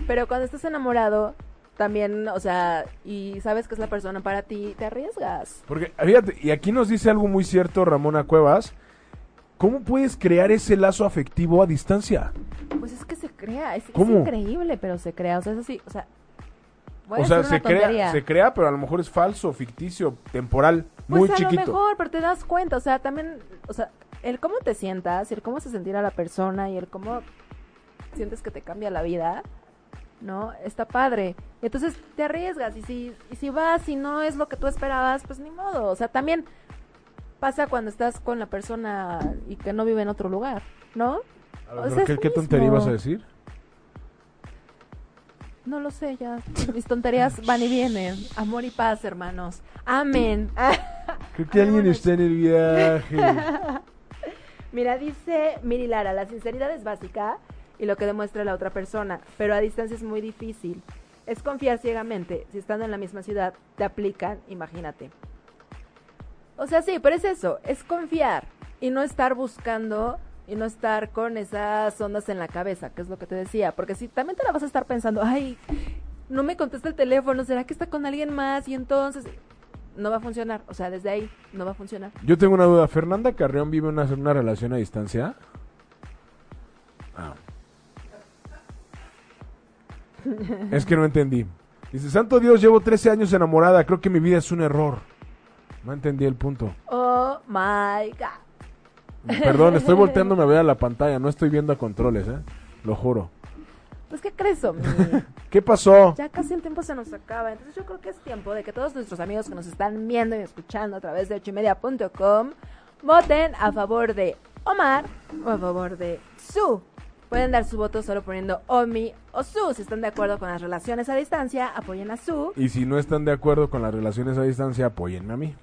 Speaker 3: pero cuando estás enamorado, también, o sea, y sabes que es la persona para ti, te arriesgas.
Speaker 2: Porque, fíjate, y aquí nos dice algo muy cierto Ramona Cuevas. ¿Cómo puedes crear ese lazo afectivo a distancia?
Speaker 3: Pues es que se crea, es, es
Speaker 2: ¿Cómo?
Speaker 3: increíble, pero se crea, o sea, es así, o sea, voy a
Speaker 2: o sea,
Speaker 3: decir
Speaker 2: se
Speaker 3: una
Speaker 2: crea,
Speaker 3: tontería.
Speaker 2: se crea, pero a lo mejor es falso, ficticio, temporal,
Speaker 3: Pues
Speaker 2: muy
Speaker 3: a
Speaker 2: chiquito.
Speaker 3: lo mejor, pero te das cuenta, o sea, también, o sea, el cómo te sientas, el cómo se sentirá la persona y el cómo sientes que te cambia la vida, ¿no? Está padre. Y entonces te arriesgas y si, y si vas y no es lo que tú esperabas, pues ni modo. O sea, también pasa cuando estás con la persona y que no vive en otro lugar, ¿no?
Speaker 2: A ver,
Speaker 3: o
Speaker 2: pero
Speaker 3: sea, es
Speaker 2: ¿qué,
Speaker 3: lo
Speaker 2: qué tontería
Speaker 3: mismo.
Speaker 2: ibas a decir?
Speaker 3: No lo sé, ya. Mis tonterías van y vienen. Amor y paz, hermanos. Amén.
Speaker 2: Creo que alguien está en el viaje.
Speaker 3: Mira, dice Miri Lara, la sinceridad es básica y lo que demuestra la otra persona, pero a distancia es muy difícil. Es confiar ciegamente. Si estando en la misma ciudad, te aplican, imagínate. O sea, sí, pero es eso, es confiar y no estar buscando y no estar con esas ondas en la cabeza, que es lo que te decía, porque si también te la vas a estar pensando, ay, no me contesta el teléfono, ¿será que está con alguien más? Y entonces no va a funcionar, o sea, desde ahí no va a funcionar.
Speaker 2: Yo tengo una duda. ¿Fernanda Carreón vive una, una relación a distancia? Ah. Es que no entendí. Dice, santo Dios, llevo 13 años enamorada. Creo que mi vida es un error. No entendí el punto.
Speaker 3: Oh my god.
Speaker 2: Perdón, estoy volteándome a ver a la pantalla. No estoy viendo a controles, ¿eh? Lo juro.
Speaker 3: Pues, ¿qué crees, hombre?
Speaker 2: ¿Qué pasó?
Speaker 3: ya casi el tiempo se nos acaba. Entonces, yo creo que es tiempo de que todos nuestros amigos que nos están viendo y escuchando a través de ochimedia.com voten a favor de Omar o a favor de Su. Pueden dar su voto solo poniendo Omi o Su. Si están de acuerdo con las relaciones a distancia, apoyen a Su.
Speaker 2: Y si no están de acuerdo con las relaciones a distancia, apóyenme a mí.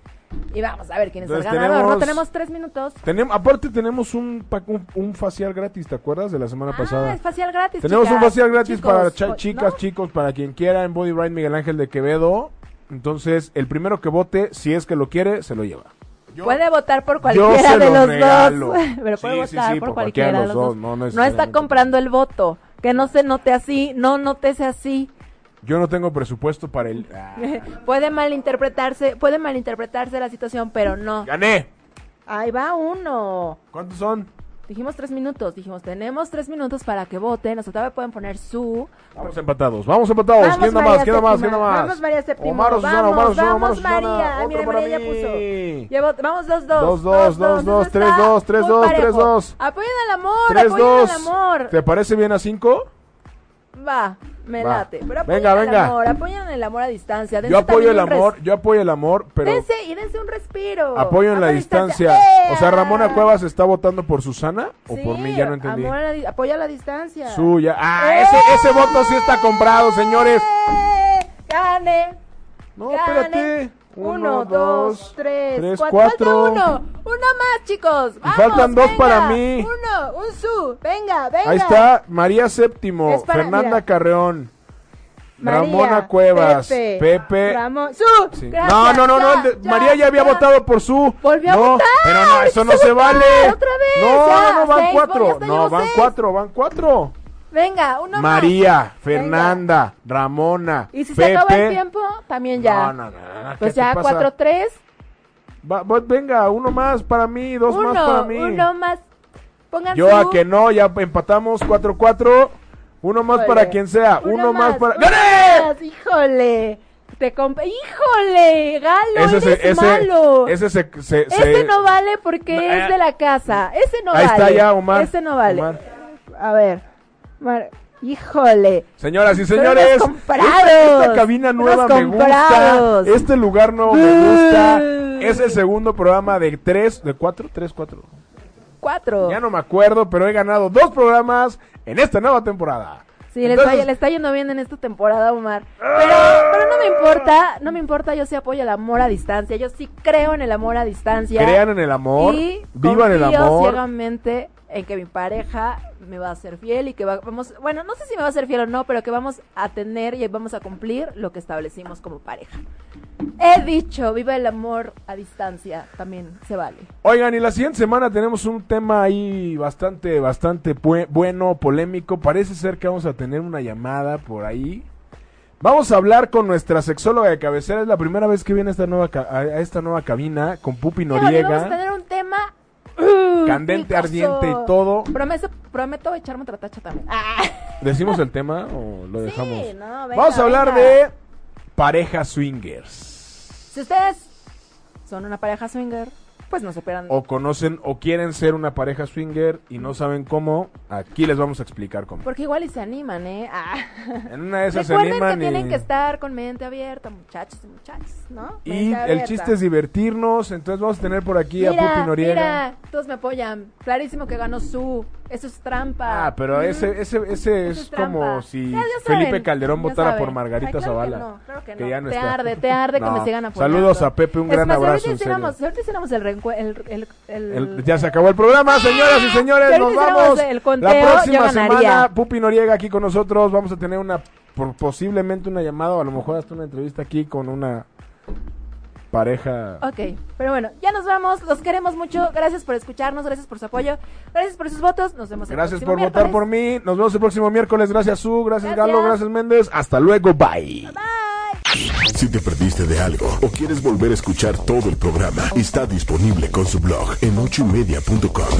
Speaker 3: Y vamos a ver quién es el
Speaker 2: Entonces,
Speaker 3: ganador. No
Speaker 2: tenemos-
Speaker 3: tenemos tres minutos.
Speaker 2: Tenem- aparte tenemos un, pa- un, un facial gratis, ¿te acuerdas? De la semana
Speaker 3: Ah,
Speaker 2: pasada.
Speaker 3: es facial gratis.
Speaker 2: Tenemos
Speaker 3: chicas.
Speaker 2: un facial gratis
Speaker 3: Chicos,
Speaker 2: para cha-
Speaker 3: o-
Speaker 2: chicas,
Speaker 3: ¿no?
Speaker 2: chicos, para quien quiera en Body Ride Miguel Ángel de Quevedo. Entonces, el primero que vote, si es que lo quiere, se lo lleva.
Speaker 3: Puede votar por cualquiera
Speaker 2: se
Speaker 3: de
Speaker 2: los
Speaker 3: los
Speaker 2: regalo.
Speaker 3: dos. Pero
Speaker 2: Sí,
Speaker 3: puede
Speaker 2: sí,
Speaker 3: votar
Speaker 2: sí,
Speaker 3: por, cualquiera de los dos.
Speaker 2: no
Speaker 3: No, está
Speaker 2: necesariamente.
Speaker 3: comprando el voto. Que no se note así, no nótese así.
Speaker 2: Yo no tengo presupuesto para el... Ah,
Speaker 3: puede malinterpretarse, puede malinterpretarse la situación, pero no.
Speaker 2: ¡Gané!
Speaker 3: Ahí va uno.
Speaker 2: ¿Cuántos son?
Speaker 3: Dijimos tres minutos, dijimos, tenemos tres minutos para que voten. O sea, todavía pueden poner su.
Speaker 2: Vamos empatados, vamos empatados.
Speaker 3: Vamos,
Speaker 2: ¿Quién da
Speaker 3: María
Speaker 2: más? ¿Quién da más? ¿Quién da
Speaker 3: Séptima.
Speaker 2: más?
Speaker 3: Vamos, María Séptima.
Speaker 2: Omar o Susana,
Speaker 3: Vamos,
Speaker 2: Omar o Susana, Omar o
Speaker 3: vamos,
Speaker 2: Susana.
Speaker 3: María. Ah,
Speaker 2: Otro
Speaker 3: mira,
Speaker 2: para
Speaker 3: María ya
Speaker 2: mí.
Speaker 3: puso. Ya vot- vamos, dos, dos.
Speaker 2: Dos, dos, dos,
Speaker 3: Eso
Speaker 2: dos, tres,
Speaker 3: está
Speaker 2: dos, tres,
Speaker 3: muy
Speaker 2: dos,
Speaker 3: parejo.
Speaker 2: tres, dos.
Speaker 3: Apoyen al amor,
Speaker 2: Tres,
Speaker 3: apoyen
Speaker 2: dos.
Speaker 3: al amor.
Speaker 2: ¿Te parece bien a cinco?
Speaker 3: Va, me
Speaker 2: Va.
Speaker 3: late. Pero apoyen
Speaker 2: Venga,
Speaker 3: el
Speaker 2: venga.
Speaker 3: amor, apoyen el amor a distancia. dense
Speaker 2: Yo apoyo
Speaker 3: también
Speaker 2: el
Speaker 3: un res-
Speaker 2: amor, yo apoyo el amor, pero...
Speaker 3: Dense y dense un respiro.
Speaker 2: Apoyo en la
Speaker 3: Amor a
Speaker 2: distancia.
Speaker 3: ¡Ea!
Speaker 2: O sea, Ramona Cuevas está votando por Susana o por mí, ya no
Speaker 3: ¡Eh! Sí,
Speaker 2: entendí.
Speaker 3: amor a la di- apoya a la distancia.
Speaker 2: Suya. Ah, ese, ese voto sí está comprado, señores.
Speaker 3: ¡Eh! Gane.
Speaker 2: No,
Speaker 3: gane.
Speaker 2: espérate.
Speaker 3: Uno, dos, tres, cuatro.
Speaker 2: cuatro.
Speaker 3: Falta uno. Uno más, chicos. Vamos,
Speaker 2: faltan dos
Speaker 3: venga.
Speaker 2: para mí.
Speaker 3: Uno, un su. Venga, venga.
Speaker 2: Ahí está María Séptimo,
Speaker 3: Es para-
Speaker 2: Fernanda
Speaker 3: mira.
Speaker 2: Carreón,
Speaker 3: María,
Speaker 2: Ramona Cuevas,
Speaker 3: Pepe,
Speaker 2: Pepe.
Speaker 3: Ramón. Su.
Speaker 2: Sí.
Speaker 3: Gracias,
Speaker 2: no, no, no, no.
Speaker 3: ya,
Speaker 2: el de-
Speaker 3: ya,
Speaker 2: María ya había
Speaker 3: ya.
Speaker 2: votado por su.
Speaker 3: Volvió a
Speaker 2: no,
Speaker 3: votar,
Speaker 2: Pero no, eso no
Speaker 3: quiso
Speaker 2: se
Speaker 3: votar,
Speaker 2: vale.
Speaker 3: otra vez,
Speaker 2: no,
Speaker 3: ya,
Speaker 2: no, no, van
Speaker 3: seis,
Speaker 2: cuatro.
Speaker 3: bueno,
Speaker 2: no,
Speaker 3: ya tenemos
Speaker 2: van
Speaker 3: seis.
Speaker 2: cuatro, van cuatro.
Speaker 3: Venga, uno más.
Speaker 2: María, Fernanda, Ramona,
Speaker 3: Y si
Speaker 2: Pepe.
Speaker 3: se acaba el tiempo, también ya.
Speaker 2: No, no, no, no, ¿qué
Speaker 3: Pues
Speaker 2: te
Speaker 3: ya,
Speaker 2: pasa?
Speaker 3: 4-3.
Speaker 2: Va- va- venga, uno más para mí, dos
Speaker 3: Uno,
Speaker 2: más para mí.
Speaker 3: uno más. Pongan
Speaker 2: Yo
Speaker 3: su-
Speaker 2: a que no, ya empatamos 4-4. Uno más
Speaker 3: Híjole.
Speaker 2: para quien sea, uno, más, para.
Speaker 3: uno
Speaker 2: ¡Gané!
Speaker 3: más, ¡Híjole! Te comp- ¡Híjole! ¡Galo,
Speaker 2: Ese,
Speaker 3: eres
Speaker 2: se, ese,
Speaker 3: malo!
Speaker 2: ese se. se-
Speaker 3: Ese
Speaker 2: se-
Speaker 3: no vale porque
Speaker 2: Eh.
Speaker 3: es de la casa. Ese no
Speaker 2: Ahí
Speaker 3: vale.
Speaker 2: está ya, Omar.
Speaker 3: Ese no vale.
Speaker 2: Omar.
Speaker 3: A ver. Mar- ¡Híjole!
Speaker 2: Señoras y
Speaker 3: Son unos
Speaker 2: señores,
Speaker 3: comprados.
Speaker 2: esta, esta cabina
Speaker 3: Unos
Speaker 2: nueva me gusta,
Speaker 3: comprados. Ah.
Speaker 2: este lugar nuevo me
Speaker 3: Buh.
Speaker 2: gusta, es el segundo programa de tres, de cuatro, tres, cuatro,
Speaker 3: Cuatro.
Speaker 2: ya no me acuerdo, pero he ganado dos programas en esta nueva temporada.
Speaker 3: Sí, le
Speaker 2: Entonces,
Speaker 3: está, le está yendo bien en esta temporada, Omar. Pero, pero no me importa, no me importa, yo sí apoyo el amor a distancia, yo sí creo en el amor a distancia.
Speaker 2: crean en el amor,
Speaker 3: y
Speaker 2: vivan el
Speaker 3: confío
Speaker 2: amor,
Speaker 3: ciegamente en que mi pareja me va a ser fiel y que va- vamos, bueno, no sé si me va a ser fiel o no, pero que vamos a tener y vamos a cumplir lo que establecimos como pareja. He dicho, viva el amor a distancia, también se vale.
Speaker 2: Oigan, y la siguiente semana tenemos un tema ahí bastante, bastante pue- bueno, polémico. Parece ser que vamos a tener una llamada por ahí. Vamos a hablar con nuestra sexóloga de cabecera. Es la primera vez que viene a esta nueva ca- a a esta nueva cabina con Pupi
Speaker 3: Qué bueno, Vamos a
Speaker 2: Noriega.
Speaker 3: tener un tema
Speaker 2: Candente,
Speaker 3: picoso.
Speaker 2: ardiente y todo.
Speaker 3: Prometo, prometo echarme otra tacha también. Ah,
Speaker 2: ¿Decimos el tema o lo dejamos?
Speaker 3: sí, no, venga,
Speaker 2: Vamos a hablar
Speaker 3: venga.
Speaker 2: de parejas swingers.
Speaker 3: Si ustedes son una pareja swinger, pues no se pierdan.
Speaker 2: O conocen o quieren ser una pareja swinger y no saben cómo, aquí les vamos a explicar cómo.
Speaker 3: Porque igual y se animan, ¿eh? Ah.
Speaker 2: En una de esas se
Speaker 3: Recuerden
Speaker 2: animan
Speaker 3: que tienen
Speaker 2: y-
Speaker 3: que estar con mente abierta, muchachos y muchachas, ¿no?
Speaker 2: Y
Speaker 3: Mente
Speaker 2: el
Speaker 3: abierta.
Speaker 2: chiste es divertirnos, entonces vamos a tener por aquí a Pupi
Speaker 3: Mira,
Speaker 2: Noriega.
Speaker 3: mira, todos me apoyan. Clarísimo que ganó su. Eso es trampa.
Speaker 2: Ah, pero
Speaker 3: Mm.
Speaker 2: ese, ese, ese es,
Speaker 3: es trampa.
Speaker 2: como si
Speaker 3: Ya- ya
Speaker 2: Felipe
Speaker 3: saben,
Speaker 2: Calderón
Speaker 3: ya
Speaker 2: votara
Speaker 3: saben.
Speaker 2: por Margarita
Speaker 3: Ay, claro que
Speaker 2: Zavala.
Speaker 3: no, claro que no.
Speaker 2: ya no
Speaker 3: te
Speaker 2: está.
Speaker 3: arde, te arde que
Speaker 2: No.
Speaker 3: me sigan apoyando.
Speaker 2: Saludos a Pepe, un
Speaker 3: Es
Speaker 2: gran
Speaker 3: más,
Speaker 2: abrazo,
Speaker 3: Ahorita
Speaker 2: en serio.
Speaker 3: hiciéramos, ahorita hiciéramos el reencuentro. El, el, el-
Speaker 2: El- ya se acabó el programa, señoras y señores,
Speaker 3: Pero
Speaker 2: nos
Speaker 3: hiciéramos
Speaker 2: vamos.
Speaker 3: el conteo,
Speaker 2: la próxima
Speaker 3: yo ganaría.
Speaker 2: semana, Pupi Noriega aquí con nosotros. Vamos a tener una, por- posiblemente una llamada o a lo mejor hasta una entrevista aquí con una pareja.
Speaker 3: Ok, pero bueno, ya nos vamos. Los queremos mucho. Gracias por escucharnos, gracias por su apoyo, gracias por sus votos. Nos vemos el
Speaker 2: Gracias
Speaker 3: próximo
Speaker 2: por votar
Speaker 3: miércoles.
Speaker 2: por mí. Nos vemos el próximo miércoles. Gracias, Su. Gracias,
Speaker 3: Gracias.
Speaker 2: Galo. Gracias, Méndez. Hasta luego. Bye.
Speaker 1: Si te perdiste de algo o quieres volver a escuchar todo el programa, está disponible con su blog en ochoymedia.com.